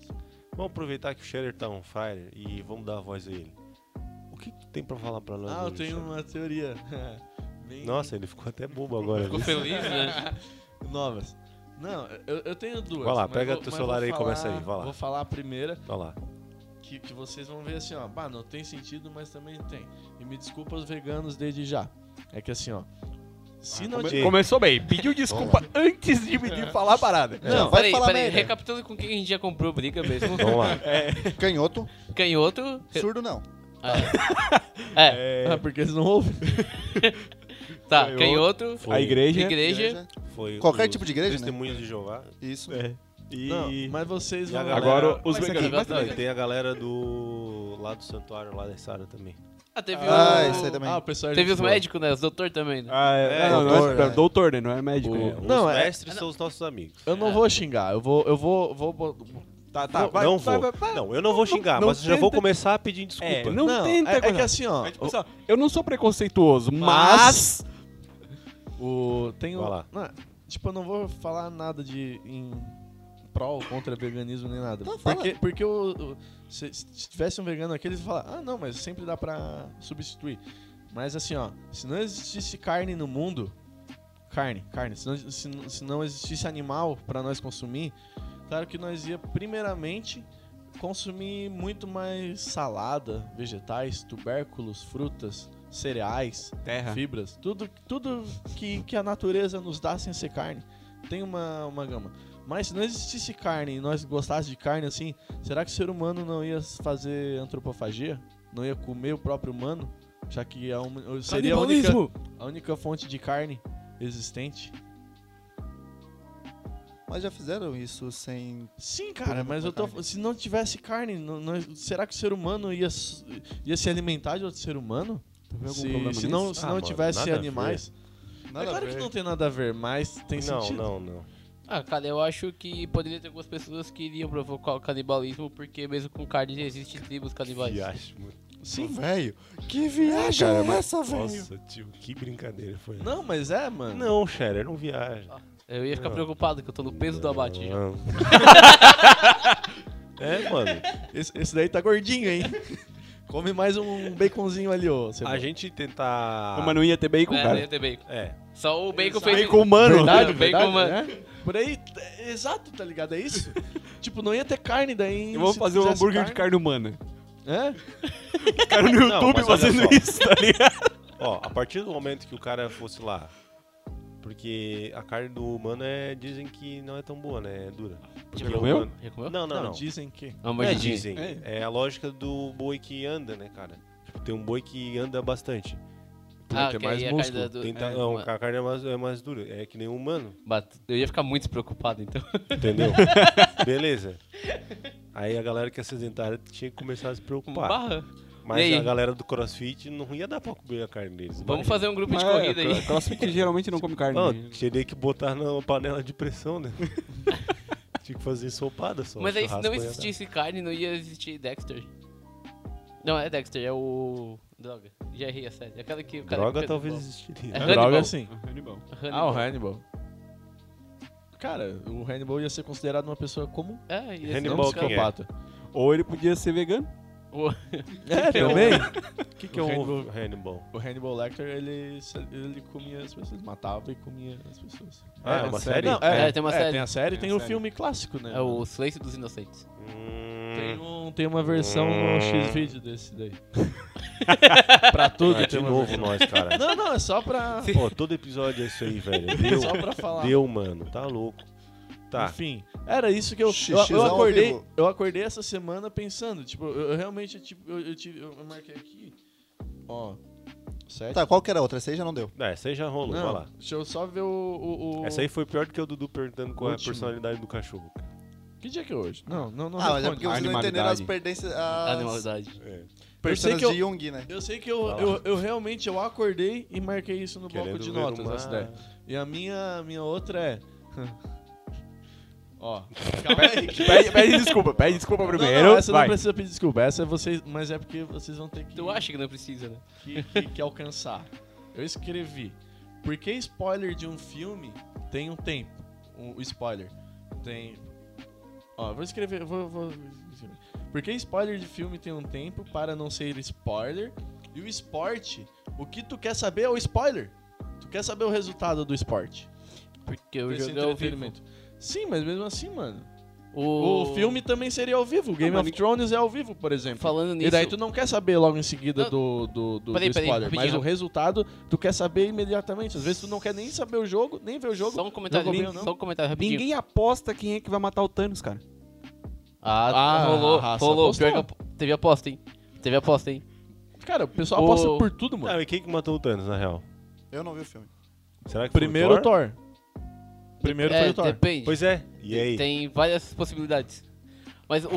Speaker 1: Vamos aproveitar que o Scherer tá on fire e vamos dar a voz a ele. O que que tem pra falar pra nós?
Speaker 2: Ah, eu
Speaker 1: hoje,
Speaker 2: tenho um-
Speaker 1: Scherer?
Speaker 2: uma teoria. *laughs* Bem
Speaker 1: Nossa, ele ficou até bobo
Speaker 2: *laughs*
Speaker 1: agora.
Speaker 4: Ficou
Speaker 1: viu?
Speaker 4: feliz, né?
Speaker 2: Novas. Não, eu, eu tenho duas.
Speaker 1: Vai lá,
Speaker 2: mas
Speaker 1: pega
Speaker 2: vou-
Speaker 1: teu
Speaker 2: mas
Speaker 1: celular
Speaker 2: vou
Speaker 1: aí e começa aí, vai lá.
Speaker 2: Vou falar a primeira.
Speaker 1: Olha lá.
Speaker 2: que, que vocês vão ver assim, ó, bah, não tem sentido, mas também tem. E me desculpa os veganos desde já. É que assim, ó, se não
Speaker 1: come-
Speaker 2: tiver-
Speaker 3: Começou bem, pediu *laughs* desculpa antes de, de falar a parada.
Speaker 5: Não, vai
Speaker 4: peraí,
Speaker 5: falar
Speaker 4: peraí.
Speaker 5: merda.
Speaker 4: Recapitulando com quem a gente já comprou briga mesmo.
Speaker 1: Vamos lá.
Speaker 2: É.
Speaker 5: Canhoto,
Speaker 4: Canhoto.
Speaker 5: surdo não.
Speaker 4: É,
Speaker 2: Ah, *laughs* porque eles não ouvem.
Speaker 4: tá. Canhoto.
Speaker 1: Foi-
Speaker 3: A igreja.
Speaker 4: Igreja.
Speaker 1: Foi
Speaker 5: Qualquer
Speaker 1: os
Speaker 5: tipo de igreja, né?
Speaker 1: Testemunhos de Jeová.
Speaker 5: Isso.
Speaker 3: É. E.
Speaker 2: Não, mas vocês
Speaker 1: E a
Speaker 2: vão
Speaker 1: galera-
Speaker 3: Agora os
Speaker 4: Mas
Speaker 3: veganos.
Speaker 4: aqui-
Speaker 3: Mas
Speaker 1: Não,
Speaker 3: também-
Speaker 1: e tem a galera do. lá do santuário, lá da Sara também.
Speaker 4: Ah, teve
Speaker 5: Ah,
Speaker 4: o-
Speaker 5: isso aí também.
Speaker 2: Ah, o pessoal é
Speaker 4: Teve
Speaker 2: gente
Speaker 4: os
Speaker 2: boa.
Speaker 4: médicos, né? Os doutor também, né?
Speaker 3: Ah, é,
Speaker 1: É,
Speaker 3: não, não é,
Speaker 5: doutor, né?
Speaker 3: doutor, né? Não é médico.
Speaker 1: O-
Speaker 3: né?
Speaker 1: os
Speaker 2: Não, é-
Speaker 1: mestres são os nossos amigos.
Speaker 2: Eu não vou xingar, eu vou, eu vou, vou, bo-
Speaker 3: Tá, tá,
Speaker 1: não,
Speaker 3: vai,
Speaker 1: não
Speaker 3: vai,
Speaker 1: vou.
Speaker 3: vai, vai.
Speaker 1: Não, eu não vou xingar,
Speaker 3: não
Speaker 1: mas eu já vou
Speaker 3: tenta-
Speaker 1: começar a pedir desculpa.
Speaker 3: É, não, tenta.
Speaker 2: é, é que
Speaker 3: cara.
Speaker 2: assim, ó,
Speaker 3: Mas, tipo, assim, ó, eu não sou preconceituoso, mas.
Speaker 2: o, o- tem o,
Speaker 1: Vai lá.
Speaker 2: não, tipo, eu não vou falar nada de em prol contra veganismo nem nada.
Speaker 5: Não, fala.
Speaker 2: porque porque o, o- se, se tivesse um vegano aqui, eles iam falar: "Ah, não, mas sempre dá pra substituir". Mas assim, ó, se não existisse carne no mundo, carne, carne, se não, se, não- se não existisse animal pra nós consumir, claro que nós ia primeiramente consumir muito mais salada, vegetais, tubérculos, frutas, cereais,
Speaker 3: Terra.
Speaker 2: fibras, tudo, tudo que, que a natureza nos dá sem ser carne. Tem uma, uma gama. Mas se não existisse carne e nós gostássemos de carne assim, será que o ser humano não ia fazer antropofagia? Não ia comer o próprio humano? Já que a hum- seria a única, a única fonte de carne existente?
Speaker 5: Mas já fizeram isso sem...
Speaker 2: Sim,
Speaker 5: Todo
Speaker 2: cara,
Speaker 5: mundo
Speaker 2: mas
Speaker 5: com
Speaker 2: eu tô.
Speaker 5: carne.
Speaker 2: Se não tivesse carne, não- não- será que o ser humano ia, s- ia se alimentar de outro ser humano?
Speaker 3: Teve algum
Speaker 2: Se,
Speaker 3: problema
Speaker 2: se não,
Speaker 3: nisso?
Speaker 2: se
Speaker 1: Ah,
Speaker 2: não
Speaker 1: mano,
Speaker 2: tivesse
Speaker 1: nada a ver.
Speaker 2: animais.
Speaker 5: Nada
Speaker 2: é claro
Speaker 5: a
Speaker 2: que
Speaker 5: ver.
Speaker 2: não tem nada a ver, mas tem
Speaker 1: não,
Speaker 2: sentido.
Speaker 1: não, não.
Speaker 4: Ah, cara, eu acho que poderia ter algumas pessoas que iriam provocar o canibalismo, porque mesmo com carne existe tribos canibais.
Speaker 1: Viagem, muito.
Speaker 5: Pô,
Speaker 2: Sim,
Speaker 5: Velho, que viagem
Speaker 1: Cara,
Speaker 5: é
Speaker 1: mas-
Speaker 5: essa, velho?
Speaker 1: Nossa, tio, que brincadeira foi.
Speaker 2: Não, mas é, mano.
Speaker 1: não Scherer, não viaja.
Speaker 4: Eu ia ficar
Speaker 1: Não.
Speaker 4: preocupado que eu tô no Ah, peso do abate. já. *laughs*
Speaker 1: Não. é, mano.
Speaker 2: Esse, esse daí tá gordinho, hein? Come mais um baconzinho ali, ô. cebola.
Speaker 1: A gente tentar.
Speaker 3: Ah, Mas não ia ter bacon,
Speaker 4: É, não ia
Speaker 3: cara.
Speaker 4: ter bacon.
Speaker 1: É.
Speaker 4: Só o bacon
Speaker 2: Exato.
Speaker 4: fez.
Speaker 3: Bacon humano.
Speaker 2: Verdade,
Speaker 4: Não,
Speaker 2: verdade,
Speaker 4: bacon, mano.
Speaker 2: né? Por aí, é- exato, tá ligado? É isso? tipo, não ia ter carne daí.
Speaker 3: Eu vou
Speaker 2: se
Speaker 3: fazer um
Speaker 2: fizesse
Speaker 3: hambúrguer de carne humana.
Speaker 2: É?
Speaker 3: O cara no
Speaker 1: Não,
Speaker 3: YouTube
Speaker 1: mas olha
Speaker 3: fazendo
Speaker 1: só.
Speaker 3: isso, tá ligado?
Speaker 1: Ó, a partir do momento que o cara fosse lá. Porque a carne do humano é. Dizem que não é tão boa, né? É dura. Porque
Speaker 3: Já
Speaker 1: o
Speaker 3: comeu?
Speaker 1: humano-
Speaker 4: Já comeu?
Speaker 1: Não, não, não.
Speaker 2: Dizem que.
Speaker 4: Tipo Não,
Speaker 1: Não
Speaker 4: mas
Speaker 1: é
Speaker 4: dizem.
Speaker 1: dizem. É. a lógica do boi que anda, né, cara? Tipo, tem um boi que anda bastante.
Speaker 4: Ah,
Speaker 2: Tem
Speaker 4: que
Speaker 2: mais
Speaker 4: aí a carne
Speaker 2: músculo.
Speaker 4: da- do...
Speaker 1: Tenta-
Speaker 4: é,
Speaker 1: não,
Speaker 4: uma-
Speaker 1: a carne é mais, é mais dura. É que nem um humano,
Speaker 4: Bat- Eu ia ficar muito despreocupado, então. *laughs*
Speaker 1: entendeu? Beleza. Aí a galera que é sedentária tinha que começar a se preocupar.
Speaker 4: Barra.
Speaker 1: Mas
Speaker 4: E aí?
Speaker 1: a galera do crossfit não ia dar pra comer a carne deles. imagina.
Speaker 4: Vamos fazer um grupo de
Speaker 3: Mas,
Speaker 4: corrida
Speaker 3: é,
Speaker 4: aí. tipo
Speaker 3: Crossfit geralmente não come carne.
Speaker 1: Não, né? teria que botar na panela de pressão, né? *laughs* tinha que fazer ensopada só.
Speaker 4: Mas aí, se
Speaker 1: churrasco
Speaker 4: não
Speaker 1: ia dar.
Speaker 4: existisse carne, não ia existir Dexter. Não, é Dexter, é o. Droga. Já errei a série. Aquela que o cara. é
Speaker 1: Droga
Speaker 4: fica-
Speaker 1: talvez existiria.
Speaker 4: É
Speaker 2: Droga,
Speaker 4: Hannibal.
Speaker 2: sim.
Speaker 3: Hannibal.
Speaker 4: Hannibal.
Speaker 2: Ah, o Hannibal. Cara, o Hannibal ia ser considerado uma pessoa como
Speaker 4: É, ia ser
Speaker 1: Hannibal
Speaker 4: um
Speaker 2: não
Speaker 1: quem é?
Speaker 4: cara-
Speaker 2: psicopata.
Speaker 3: Ou ele podia ser vegano.
Speaker 4: O-
Speaker 2: É,
Speaker 1: que é o-
Speaker 2: também.
Speaker 1: O que, que é
Speaker 2: O
Speaker 1: o Hannibal?
Speaker 2: O Hannibal Lecter, ele, se- ele comia as pessoas, matava e comia as pessoas.
Speaker 1: Ah, é uma série?
Speaker 2: Não,
Speaker 4: É, tem uma série.
Speaker 2: Tem a série, tem,
Speaker 3: Tem a
Speaker 2: o
Speaker 3: série.
Speaker 2: filme clássico, né?
Speaker 4: É o Silêncio dos Inocentes.
Speaker 1: Hum,
Speaker 2: Tem, um- tem uma versão
Speaker 1: É.
Speaker 2: no X-Video desse
Speaker 1: *laughs*
Speaker 2: daí. pra tudo
Speaker 1: ah,
Speaker 2: tem
Speaker 1: de
Speaker 2: uma
Speaker 1: novo
Speaker 2: versão.
Speaker 1: nós, cara.
Speaker 2: Não, não, é só pra...
Speaker 1: Pô, todo episódio é isso aí, velho. Deu,
Speaker 2: Só pra falar.
Speaker 1: deu mano. Tá louco. Tá.
Speaker 2: Enfim, era isso que eu...
Speaker 5: Xixi
Speaker 2: Eu, eu
Speaker 5: ao
Speaker 2: acordei,
Speaker 5: vivo.
Speaker 2: eu acordei essa semana pensando, tipo, eu, eu realmente, tipo, eu, eu tive, eu marquei aqui, ó, sete...
Speaker 5: Tá, qual que era a outra? Essa aí já não deu.
Speaker 1: Ah, essa aí já rolou, vai lá.
Speaker 2: Não, deixa eu só ver o... o, o-
Speaker 1: Essa aí foi pior do que o Dudu perguntando qual é a
Speaker 2: Último.
Speaker 1: personalidade do cachorro. cara.
Speaker 2: Que dia que é hoje? Não, não, não
Speaker 5: ah, mas é
Speaker 2: responde.
Speaker 5: porque vocês não
Speaker 3: Animalidade.
Speaker 5: entenderam as perdências,
Speaker 2: Ah,
Speaker 5: as
Speaker 4: Animalidade.
Speaker 1: É.
Speaker 5: percenas
Speaker 2: que eu-
Speaker 5: de Jung, né?
Speaker 2: Eu sei que eu,
Speaker 1: Vai lá.
Speaker 2: eu, eu realmente eu acordei e marquei isso no bloco de
Speaker 1: ver
Speaker 2: notas.
Speaker 1: uma-
Speaker 2: essa ideia. E a minha, minha outra é. *laughs* Ó, calma aí.
Speaker 3: *laughs* Pede, pede desculpa, pede desculpa
Speaker 2: Não,
Speaker 3: primeiro.
Speaker 2: não, essa
Speaker 3: vai.
Speaker 2: não precisa pedir desculpa, essa é vocês, mas é porque vocês vão ter que,
Speaker 4: Tu acha que não precisa, né?
Speaker 2: que, que- que alcançar. Eu escrevi. Por que spoiler de um filme tem um tempo? O o spoiler. Tem. Ó, eu vou escrever. eu Vou, eu vou... Por que spoiler de filme tem um tempo para não ser spoiler? E o esporte, o que tu quer saber é o spoiler. Tu quer saber o resultado do esporte.
Speaker 4: Porque o
Speaker 2: desse
Speaker 4: jogo é ao vivo.
Speaker 2: entretenimento. Sim, mas mesmo assim, mano.
Speaker 4: O...
Speaker 2: O, filme também seria ao vivo. O Game
Speaker 3: mas
Speaker 2: of Thrones é ao vivo, por exemplo.
Speaker 4: Falando nisso.
Speaker 2: E daí tu não quer saber logo em seguida
Speaker 4: Não.
Speaker 2: do, do, do,
Speaker 4: Peraí,
Speaker 2: do
Speaker 4: peraí,
Speaker 2: spoiler, mas
Speaker 4: rapidinho.
Speaker 2: o resultado tu quer saber imediatamente. Às vezes tu não quer nem saber o jogo, nem ver o jogo.
Speaker 4: Só um comentário,
Speaker 2: Não comeu, não?
Speaker 4: só um comentário rapidinho.
Speaker 3: Ninguém aposta quem é que vai matar o Thanos, cara.
Speaker 4: Ah,
Speaker 2: Ah,
Speaker 4: rolou,
Speaker 2: a raça
Speaker 4: rolou.
Speaker 2: apostou.
Speaker 4: Pior que eu... Teve aposta, hein? Teve aposta, hein? um-
Speaker 2: Cara, o pessoal
Speaker 4: O-
Speaker 2: aposta por tudo,
Speaker 1: Ah,
Speaker 2: mano.
Speaker 1: mas quem que matou o Thanos, na real?
Speaker 5: Eu não vi o filme.
Speaker 1: Será que foi
Speaker 2: Primeiro
Speaker 1: o
Speaker 2: o
Speaker 1: Thor?
Speaker 2: Thor. Primeiro
Speaker 4: é,
Speaker 2: foi o Thor.
Speaker 4: depende.
Speaker 1: Pois é. E aí?
Speaker 4: Tem várias possibilidades. Mas o.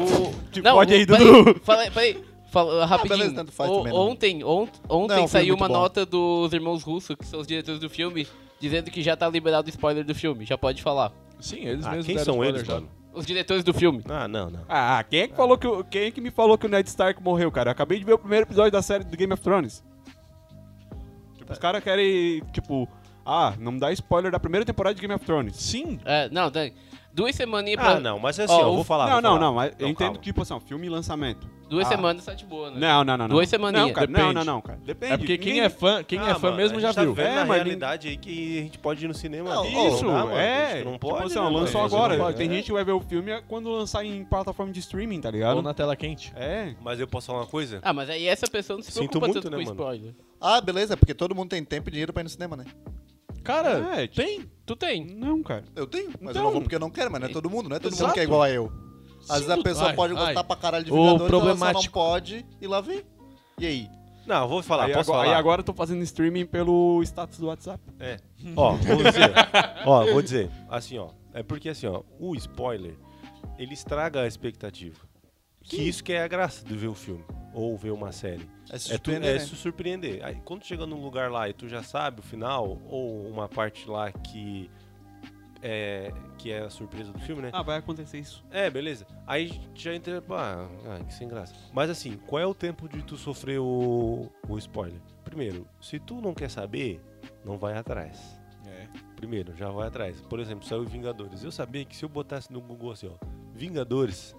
Speaker 3: Te
Speaker 4: não,
Speaker 3: fode aí,
Speaker 4: o-
Speaker 3: Dudu.
Speaker 4: Peraí, fala- peraí. Fala, rapidinho.
Speaker 5: beleza, tanto faz
Speaker 4: O-
Speaker 5: também, não.
Speaker 4: ontem ont, ontem
Speaker 5: Não, foi
Speaker 4: saiu
Speaker 5: muito
Speaker 4: uma
Speaker 5: bom.
Speaker 4: nota dos irmãos Russo, que são os diretores do filme, dizendo que já tá liberado o spoiler do filme, já pode falar.
Speaker 2: Sim, eles
Speaker 1: Ah,
Speaker 2: mesmos
Speaker 1: quem
Speaker 2: deram
Speaker 1: são
Speaker 2: spoiler
Speaker 1: eles,
Speaker 2: já.
Speaker 1: mano?
Speaker 4: Os diretores do filme.
Speaker 1: Ah, não, não.
Speaker 3: Ah, quem é que falou que o- quem é que me falou que o Ned Stark morreu, cara? Eu acabei de ver o primeiro episódio da série do Game of Thrones. Tipo, os caras querem, tipo, ah, não me dá spoiler da primeira temporada de Game of Thrones.
Speaker 2: Sim.
Speaker 4: É, não, tá. Duas semaninhas pra.
Speaker 1: Ah, não, mas é assim,
Speaker 4: Ó,
Speaker 1: ó, eu
Speaker 4: o-
Speaker 1: vou falar.
Speaker 3: não,
Speaker 1: vou
Speaker 3: não,
Speaker 1: falar.
Speaker 3: não, mas eu entendo
Speaker 1: calma.
Speaker 3: que, tipo assim, ó, filme e lançamento.
Speaker 4: Duas
Speaker 3: Ah.
Speaker 4: semanas tá de boa, né?
Speaker 3: Não, não, não. não.
Speaker 4: Duas semaninhas.
Speaker 3: Não, cara, não,
Speaker 2: Depende.
Speaker 3: não, não, cara. Depende.
Speaker 2: É porque quem
Speaker 3: Ninguém-
Speaker 2: é fã, quem
Speaker 1: Ah,
Speaker 2: é fã
Speaker 1: mano,
Speaker 2: mesmo
Speaker 1: a
Speaker 2: já
Speaker 1: gente tá
Speaker 2: viu.
Speaker 1: Vendo
Speaker 3: É,
Speaker 1: na
Speaker 3: mas
Speaker 1: realidade aí que a gente pode ir no cinema.
Speaker 5: Não,
Speaker 1: velho.
Speaker 3: Isso,
Speaker 1: Não dá, mano.
Speaker 3: é.
Speaker 1: Acho que Não
Speaker 3: Tipo
Speaker 1: pode.
Speaker 3: assim,
Speaker 1: né,
Speaker 3: ó, lançou
Speaker 1: mano?
Speaker 2: Isso não
Speaker 3: agora.
Speaker 2: pode,
Speaker 3: Tem
Speaker 2: é.
Speaker 3: gente que vai ver o filme quando lançar em plataforma de streaming, tá
Speaker 2: Ou
Speaker 3: ligado?
Speaker 2: na tela quente.
Speaker 3: É.
Speaker 1: Mas eu posso falar uma coisa?
Speaker 4: Ah, mas aí essa pessoa não se
Speaker 1: Sinto
Speaker 4: preocupa
Speaker 1: muito,
Speaker 4: tanto
Speaker 1: né,
Speaker 4: com
Speaker 1: mano?
Speaker 4: spoiler.
Speaker 5: Ah, beleza, porque todo mundo tem tempo e dinheiro pra ir no cinema, né?
Speaker 2: Cara,
Speaker 3: É, tipo,
Speaker 2: tem.
Speaker 4: Tu tem.
Speaker 3: não, cara.
Speaker 5: Eu tenho, mas
Speaker 3: Então-
Speaker 5: eu não vou porque eu não quero, mas não é todo mundo, não é todo mundo
Speaker 2: Exato.
Speaker 5: que é igual a eu. Às
Speaker 2: Sim,
Speaker 5: vezes a
Speaker 2: Dudu.
Speaker 5: pessoa
Speaker 2: Ai,
Speaker 5: pode gostar
Speaker 2: ai.
Speaker 5: pra caralho de
Speaker 2: O
Speaker 5: Vingadores, ela só não
Speaker 2: problemático.
Speaker 5: pode ir lá ver. E aí?
Speaker 1: Ah, Não, eu vou falar,
Speaker 3: aí,
Speaker 1: posso
Speaker 3: agora, aí
Speaker 1: falar.
Speaker 3: agora eu tô fazendo streaming pelo status do WhatsApp.
Speaker 1: Ó, vou dizer. ó, vou dizer. Assim, ó. É porque assim, ó, o spoiler, ele estraga a expectativa. Que isso que é a graça de ver o filme ou ver uma série.
Speaker 5: É se
Speaker 1: É, tu,
Speaker 5: surpreender,
Speaker 1: é
Speaker 5: né?
Speaker 1: se surpreender. Aí, quando tu chega num lugar lá e tu já sabe o final, ou uma parte lá que é, que é a surpresa do filme, né?
Speaker 3: Ah, vai acontecer isso.
Speaker 1: É, beleza. Aí já entra. Ah, ah, que sem graça. Mas assim, qual é o tempo de tu sofrer o, o spoiler? Primeiro, se tu não quer saber, não vai atrás.
Speaker 2: É.
Speaker 1: Primeiro, já vai atrás. Por exemplo, saiu Vingadores. Eu sabia que se eu botasse no Google assim, ó, Vingadores,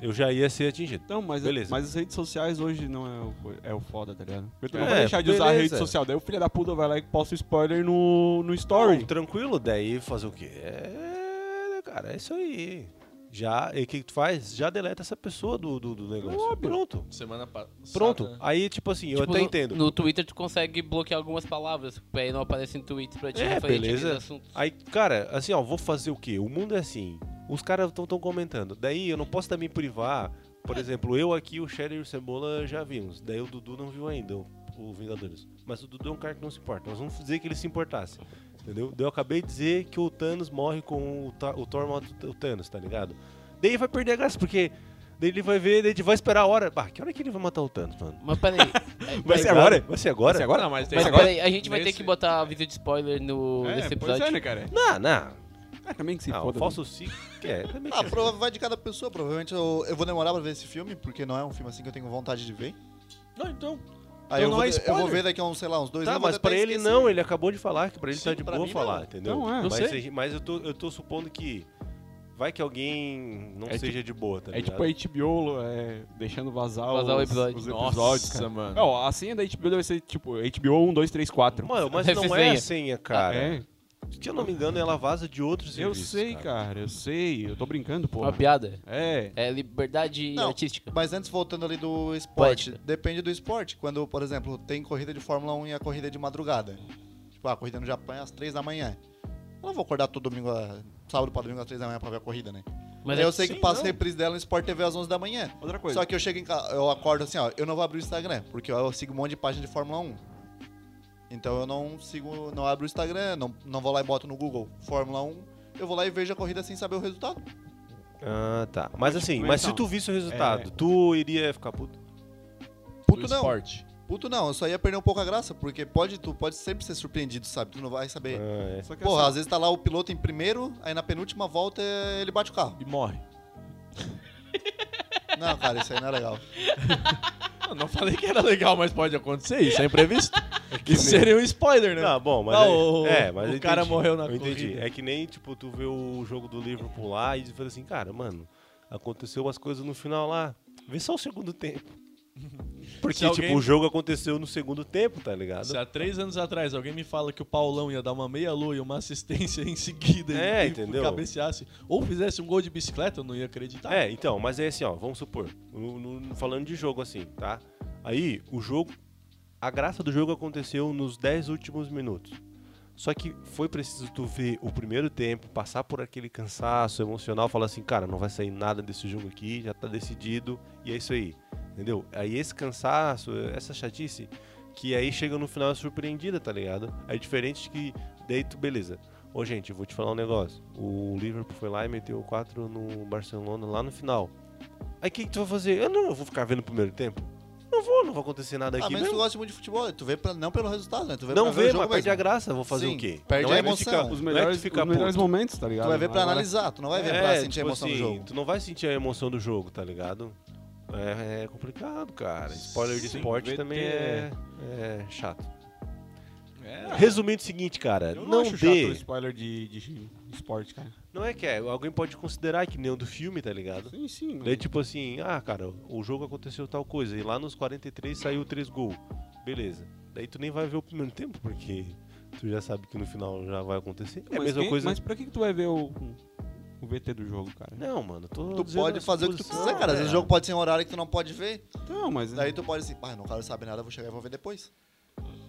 Speaker 1: eu já ia ser atingido.
Speaker 3: Então, mas,
Speaker 1: Beleza.
Speaker 3: mas as redes sociais hoje não é o, co- é o foda, tá ligado? Porque tu não
Speaker 1: É,
Speaker 3: vai deixar de usar a
Speaker 1: beleza.
Speaker 3: rede social. Daí o filho da puta vai lá e posta o spoiler no, no story.
Speaker 1: Bom, tranquilo, daí fazer o quê? É, cara, é isso aí. Já, e o que que tu faz? Já deleta essa pessoa do, do, do negócio.
Speaker 3: Óbvio.
Speaker 1: Pronto.
Speaker 2: Semana passada.
Speaker 1: Pronto. Aí, tipo assim, eu
Speaker 4: Tipo,
Speaker 1: até
Speaker 4: no,
Speaker 1: entendo.
Speaker 4: No Twitter tu consegue bloquear algumas palavras, aí não aparece em tweets pra ti
Speaker 1: É,
Speaker 4: referente
Speaker 1: beleza.
Speaker 4: àqueles assuntos.
Speaker 1: Aí, cara, assim, ó, vou fazer o quê? O mundo é assim. Os caras estão tão comentando. Daí eu não posso também privar. Por exemplo, eu aqui, o Sherry e o Cebola já vimos. Daí o Dudu não viu ainda, o, o Vingadores. Mas o Dudu é um cara que não se importa. Nós vamos dizer que ele se importasse. Entendeu? Daí eu acabei de dizer que o Thanos morre com o, Ta- o Thor mata o Thanos, tá ligado? Daí vai perder a graça, porque daí ele vai ver, daí ele vai esperar a hora. Bah, que hora que ele vai matar o Thanos, mano?
Speaker 4: Mas peraí. é,
Speaker 1: Vai
Speaker 3: ser
Speaker 1: ligado?
Speaker 3: agora?
Speaker 1: Vai ser então agora?
Speaker 3: Agora não,
Speaker 2: mas tem
Speaker 4: mas
Speaker 2: agora?
Speaker 4: peraí, a gente vai ter
Speaker 2: Nesse-
Speaker 4: que botar aviso de spoiler no, nesse
Speaker 3: É, pois
Speaker 4: episódio.
Speaker 3: é, né, cara?
Speaker 1: Não, não.
Speaker 3: Ah, também que se
Speaker 1: Não, o
Speaker 3: foda.
Speaker 1: falso ciclo. É,
Speaker 3: *laughs*
Speaker 1: também
Speaker 5: Ah,
Speaker 1: quer-
Speaker 5: prova- vai de cada pessoa. Provavelmente eu, eu vou demorar pra ver esse filme, porque não é um filme assim que eu tenho vontade de ver.
Speaker 2: Não, então.
Speaker 5: Aí eu,
Speaker 2: não
Speaker 5: vou,
Speaker 2: é
Speaker 5: de- eu
Speaker 2: spoiler.
Speaker 5: vou ver daqui a uns, sei lá, uns dois
Speaker 1: Tá,
Speaker 5: anos. vou
Speaker 1: mas
Speaker 5: até
Speaker 1: pra ele
Speaker 5: esquecer.
Speaker 1: não, ele acabou de falar, que pra ele
Speaker 5: Sim,
Speaker 1: tá de
Speaker 5: pra
Speaker 1: boa
Speaker 5: mim
Speaker 1: falar,
Speaker 5: não.
Speaker 1: entendeu?
Speaker 3: Não, é. Eu
Speaker 1: Mas,
Speaker 2: sei.
Speaker 1: se- mas eu tô, eu tô supondo que vai que alguém não
Speaker 3: É
Speaker 1: seja de boa, tá
Speaker 3: É
Speaker 1: ligado?
Speaker 3: tipo a HBO é, deixando vazar,
Speaker 4: Vazar o
Speaker 3: os,
Speaker 4: episódio.
Speaker 3: os
Speaker 2: Nossa,
Speaker 3: episódios, cara.
Speaker 2: mano.
Speaker 3: Não, a senha da HBO deve ser tipo HBO 1, 2, 3, 4.
Speaker 1: Mano, mas
Speaker 4: Deve
Speaker 1: não
Speaker 4: ser
Speaker 1: é a
Speaker 4: senha.
Speaker 1: senha, cara.
Speaker 3: é,
Speaker 1: Se eu não me engano, ela vaza de outros
Speaker 3: eu
Speaker 1: serviços,
Speaker 3: sei, cara. eu sei. Eu tô brincando, pô.
Speaker 4: Uma piada.
Speaker 3: É.
Speaker 4: É liberdade
Speaker 5: Não.
Speaker 4: artística.
Speaker 5: Mas antes, voltando ali do esporte,
Speaker 4: Poética.
Speaker 5: depende do esporte. Quando, por exemplo, tem corrida de Fórmula 1 e a corrida de madrugada. Tipo, ah, a corrida no Japão é às 3 da manhã. Eu não vou acordar todo domingo, a- sábado pra domingo às 3 da manhã pra ver a corrida, né?
Speaker 4: Mas
Speaker 5: Aí
Speaker 4: é-
Speaker 5: eu sei que
Speaker 2: sim,
Speaker 5: passa
Speaker 2: não.
Speaker 5: reprise dela no Sport TV às 11 da manhã.
Speaker 3: Outra coisa.
Speaker 5: Só que eu chego em casa, eu acordo assim, ó, eu não vou abrir o Instagram, porque eu sigo um monte de página de Fórmula 1. Então eu não sigo, não abro o Instagram, não, não vou lá e boto no Google Fórmula 1, eu vou lá e vejo a corrida sem saber o resultado.
Speaker 1: Ah, tá. Mas assim,
Speaker 3: tipo,
Speaker 1: mas se
Speaker 3: então,
Speaker 1: tu visse o resultado, tu iria ficar puto.
Speaker 5: Puto não,
Speaker 2: esporte.
Speaker 5: puto não, eu só ia perder um pouco a graça, porque pode, tu pode sempre ser surpreendido, sabe? Tu não vai saber.
Speaker 1: Ah, é.
Speaker 3: Só que
Speaker 5: Porra,
Speaker 3: assim,
Speaker 5: às vezes tá lá o piloto em primeiro, aí na penúltima volta eh, ele bate o carro.
Speaker 2: E morre.
Speaker 5: Não, cara, isso aí não
Speaker 1: *laughs*
Speaker 5: é legal.
Speaker 2: Ah, Não, não falei que era legal, mas pode acontecer. Isso
Speaker 1: *laughs*
Speaker 2: é imprevisto. Isso seria um spoiler, né?
Speaker 1: Não, bom, mas.
Speaker 2: Ah,
Speaker 1: é-
Speaker 2: o-
Speaker 1: é, mas
Speaker 2: o
Speaker 1: eu
Speaker 2: cara
Speaker 1: entendi.
Speaker 2: morreu na
Speaker 1: Eu entendi.
Speaker 2: corrida.
Speaker 1: É que nem, tipo, tu vê o jogo do livro pular e tu fala assim, cara, mano, aconteceu umas coisas no final lá. Vê só o segundo tempo. Porque,
Speaker 2: Se alguém-
Speaker 1: tipo, o jogo aconteceu no segundo tempo, tá ligado?
Speaker 2: Se há três anos atrás alguém me fala que o Paulão ia dar uma meia-lua e uma assistência em seguida
Speaker 1: É,
Speaker 2: e,
Speaker 1: entendeu?
Speaker 2: e cabeceasse, ou fizesse um gol de bicicleta, eu não ia acreditar.
Speaker 1: É, então, mas é assim, ó, vamos supor, no- no- falando de jogo assim, tá? Aí, o jogo, a graça do jogo aconteceu nos 10 últimos minutos. Só que foi preciso tu ver o primeiro tempo, passar por aquele cansaço emocional, falar assim, cara, não vai sair nada desse jogo aqui, já tá decidido, e é isso aí, entendeu? Aí esse cansaço, essa chatice, que aí chega no final é surpreendida, tá ligado? É diferente que, daí tu, beleza, Ô, gente, eu vou te falar um negócio. O Liverpool foi lá e meteu 4 no Barcelona lá no final. Aí o que, que tu vai fazer? Eu não eu vou ficar vendo o primeiro tempo. Não vou, não vai acontecer nada
Speaker 5: Ah,
Speaker 1: aqui
Speaker 5: mas tu
Speaker 1: mesmo.
Speaker 5: gosta muito de futebol, tu vê pra- não pelo resultado, né? Tu vê
Speaker 1: É Não
Speaker 5: pra
Speaker 1: vê,
Speaker 5: ver o jogo
Speaker 1: mas perde
Speaker 5: mesmo.
Speaker 1: a graça. Vou fazer
Speaker 5: Sim,
Speaker 1: o quê?
Speaker 5: perde
Speaker 1: não
Speaker 5: a
Speaker 1: é que
Speaker 5: emoção.
Speaker 1: fica-
Speaker 3: os
Speaker 5: Os
Speaker 1: não é que
Speaker 3: melhores,
Speaker 1: tu fica
Speaker 3: os melhores
Speaker 1: puto.
Speaker 3: momentos, tá ligado?
Speaker 5: Tu vai ver pra
Speaker 3: Agora-
Speaker 5: analisar, tu não vai ver
Speaker 1: é,
Speaker 5: pra sentir
Speaker 1: tipo
Speaker 5: a emoção
Speaker 1: assim,
Speaker 5: do jogo.
Speaker 1: Tu não vai sentir a emoção do jogo, tá ligado? É, é complicado, cara. Spoiler de
Speaker 2: Sim,
Speaker 1: esporte
Speaker 2: VT.
Speaker 1: também é, é chato.
Speaker 2: É.
Speaker 1: Resumindo o seguinte, cara,
Speaker 3: Eu não,
Speaker 1: não,
Speaker 3: acho chato o
Speaker 1: dê.
Speaker 3: spoiler de, de, de esporte, cara.
Speaker 1: Não é que é, alguém pode considerar que nem o do filme, tá ligado?
Speaker 3: Sim, sim.
Speaker 1: Daí, tipo assim, ah, cara, o jogo aconteceu tal coisa. E lá nos 43 saiu três gols. Beleza. Daí tu nem vai ver o primeiro tempo, porque tu já sabe que no final já vai acontecer. é a
Speaker 3: mas
Speaker 1: mesma
Speaker 3: quem-
Speaker 1: coisa. É,
Speaker 3: Mas pra que, que tu vai ver o, o VT do jogo, cara?
Speaker 1: Não, mano, eu tô.
Speaker 5: Tu
Speaker 1: dizendo
Speaker 5: pode
Speaker 1: as Ah,
Speaker 5: fazer o que tu
Speaker 1: posições,
Speaker 5: quiser, cara. Às vezes o jogo pode ser um horário que tu não pode ver.
Speaker 3: Não, mas.
Speaker 5: Daí tu pode assim, ah, não quero saber nada, vou chegar e vou ver depois.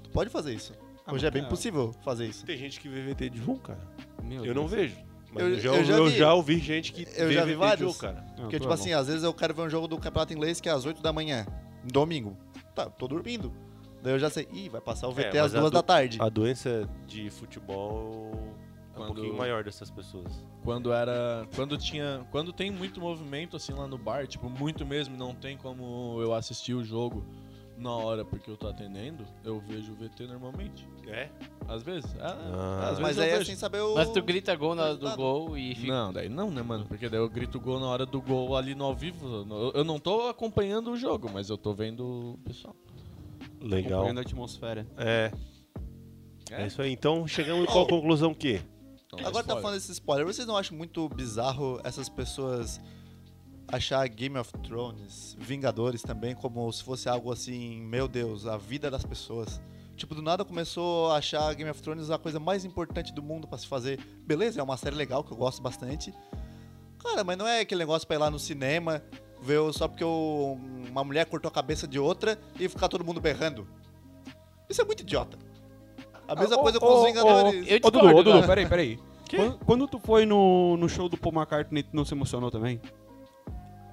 Speaker 5: Tu pode fazer isso.
Speaker 3: Ah,
Speaker 5: Hoje é bem
Speaker 3: é.
Speaker 5: possível fazer isso.
Speaker 1: Tem gente que vê VT de jogo, cara.
Speaker 3: Meu
Speaker 1: eu não
Speaker 3: Deus.
Speaker 1: vejo. Mas eu,
Speaker 5: Eu-
Speaker 1: já,
Speaker 5: eu já
Speaker 1: eu
Speaker 5: vi.
Speaker 1: já ouvi gente que
Speaker 5: Eu
Speaker 1: vê
Speaker 5: já
Speaker 1: VT
Speaker 5: vi
Speaker 1: de
Speaker 5: vários.
Speaker 1: jogo, cara.
Speaker 3: Não,
Speaker 5: Porque,
Speaker 3: tu
Speaker 5: tipo
Speaker 3: é
Speaker 5: assim, às vezes eu quero ver um jogo do Campeonato Inglês que é às 8 da manhã, domingo. Tá, tô dormindo. Daí eu já sei, ih, vai passar o
Speaker 1: É,
Speaker 5: VT
Speaker 1: mas
Speaker 5: às
Speaker 1: a
Speaker 5: 2
Speaker 1: do-
Speaker 5: da tarde.
Speaker 1: A doença de futebol é um
Speaker 2: Quando-
Speaker 1: pouquinho maior dessas pessoas.
Speaker 2: Quando era. Quando tinha. Quando tem muito movimento assim lá no bar, tipo, muito mesmo, não tem como eu assistir o jogo na hora porque eu tô atendendo, eu vejo o VT normalmente.
Speaker 1: É?
Speaker 2: Às vezes. é,
Speaker 1: Ah.
Speaker 2: às vezes
Speaker 5: Mas
Speaker 2: eu
Speaker 5: aí é
Speaker 2: vejo.
Speaker 5: sem saber o.
Speaker 4: Mas tu grita gol na hora do
Speaker 5: Resultado.
Speaker 4: gol e fica.
Speaker 2: Não, daí não, né, mano? Porque daí eu grito gol na hora do gol ali no ao vivo. Eu- Eu não tô acompanhando o jogo, mas eu tô vendo o pessoal.
Speaker 1: Legal.
Speaker 3: Acompanhando a atmosfera.
Speaker 1: É.
Speaker 2: É?
Speaker 1: É isso aí. Então chegamos em qual conclusão *laughs* que?
Speaker 2: Então,
Speaker 5: Agora tá
Speaker 2: spoiler.
Speaker 5: falando desse spoiler. Vocês não acham muito bizarro essas pessoas achar Game of Thrones, Vingadores também, como se fosse algo assim, meu Deus, a vida das pessoas? Tipo, do nada começou a achar Game of Thrones a coisa mais importante do mundo pra se fazer. Beleza, é uma série legal que eu gosto bastante. Cara, mas não é aquele negócio pra ir lá no cinema, ver o- só porque o- uma mulher cortou a cabeça de outra e ficar todo mundo berrando. Isso é muito idiota. A mesma
Speaker 3: Ah, ô,
Speaker 5: coisa com
Speaker 3: ô,
Speaker 5: os
Speaker 3: ô,
Speaker 5: Vingadores.
Speaker 4: Eu
Speaker 3: Ô
Speaker 4: discordo,
Speaker 3: Dudu, ô Dudu,
Speaker 4: cara.
Speaker 3: peraí, peraí. Quando, quando tu foi no, no show do Paul McCartney, tu não se emocionou também?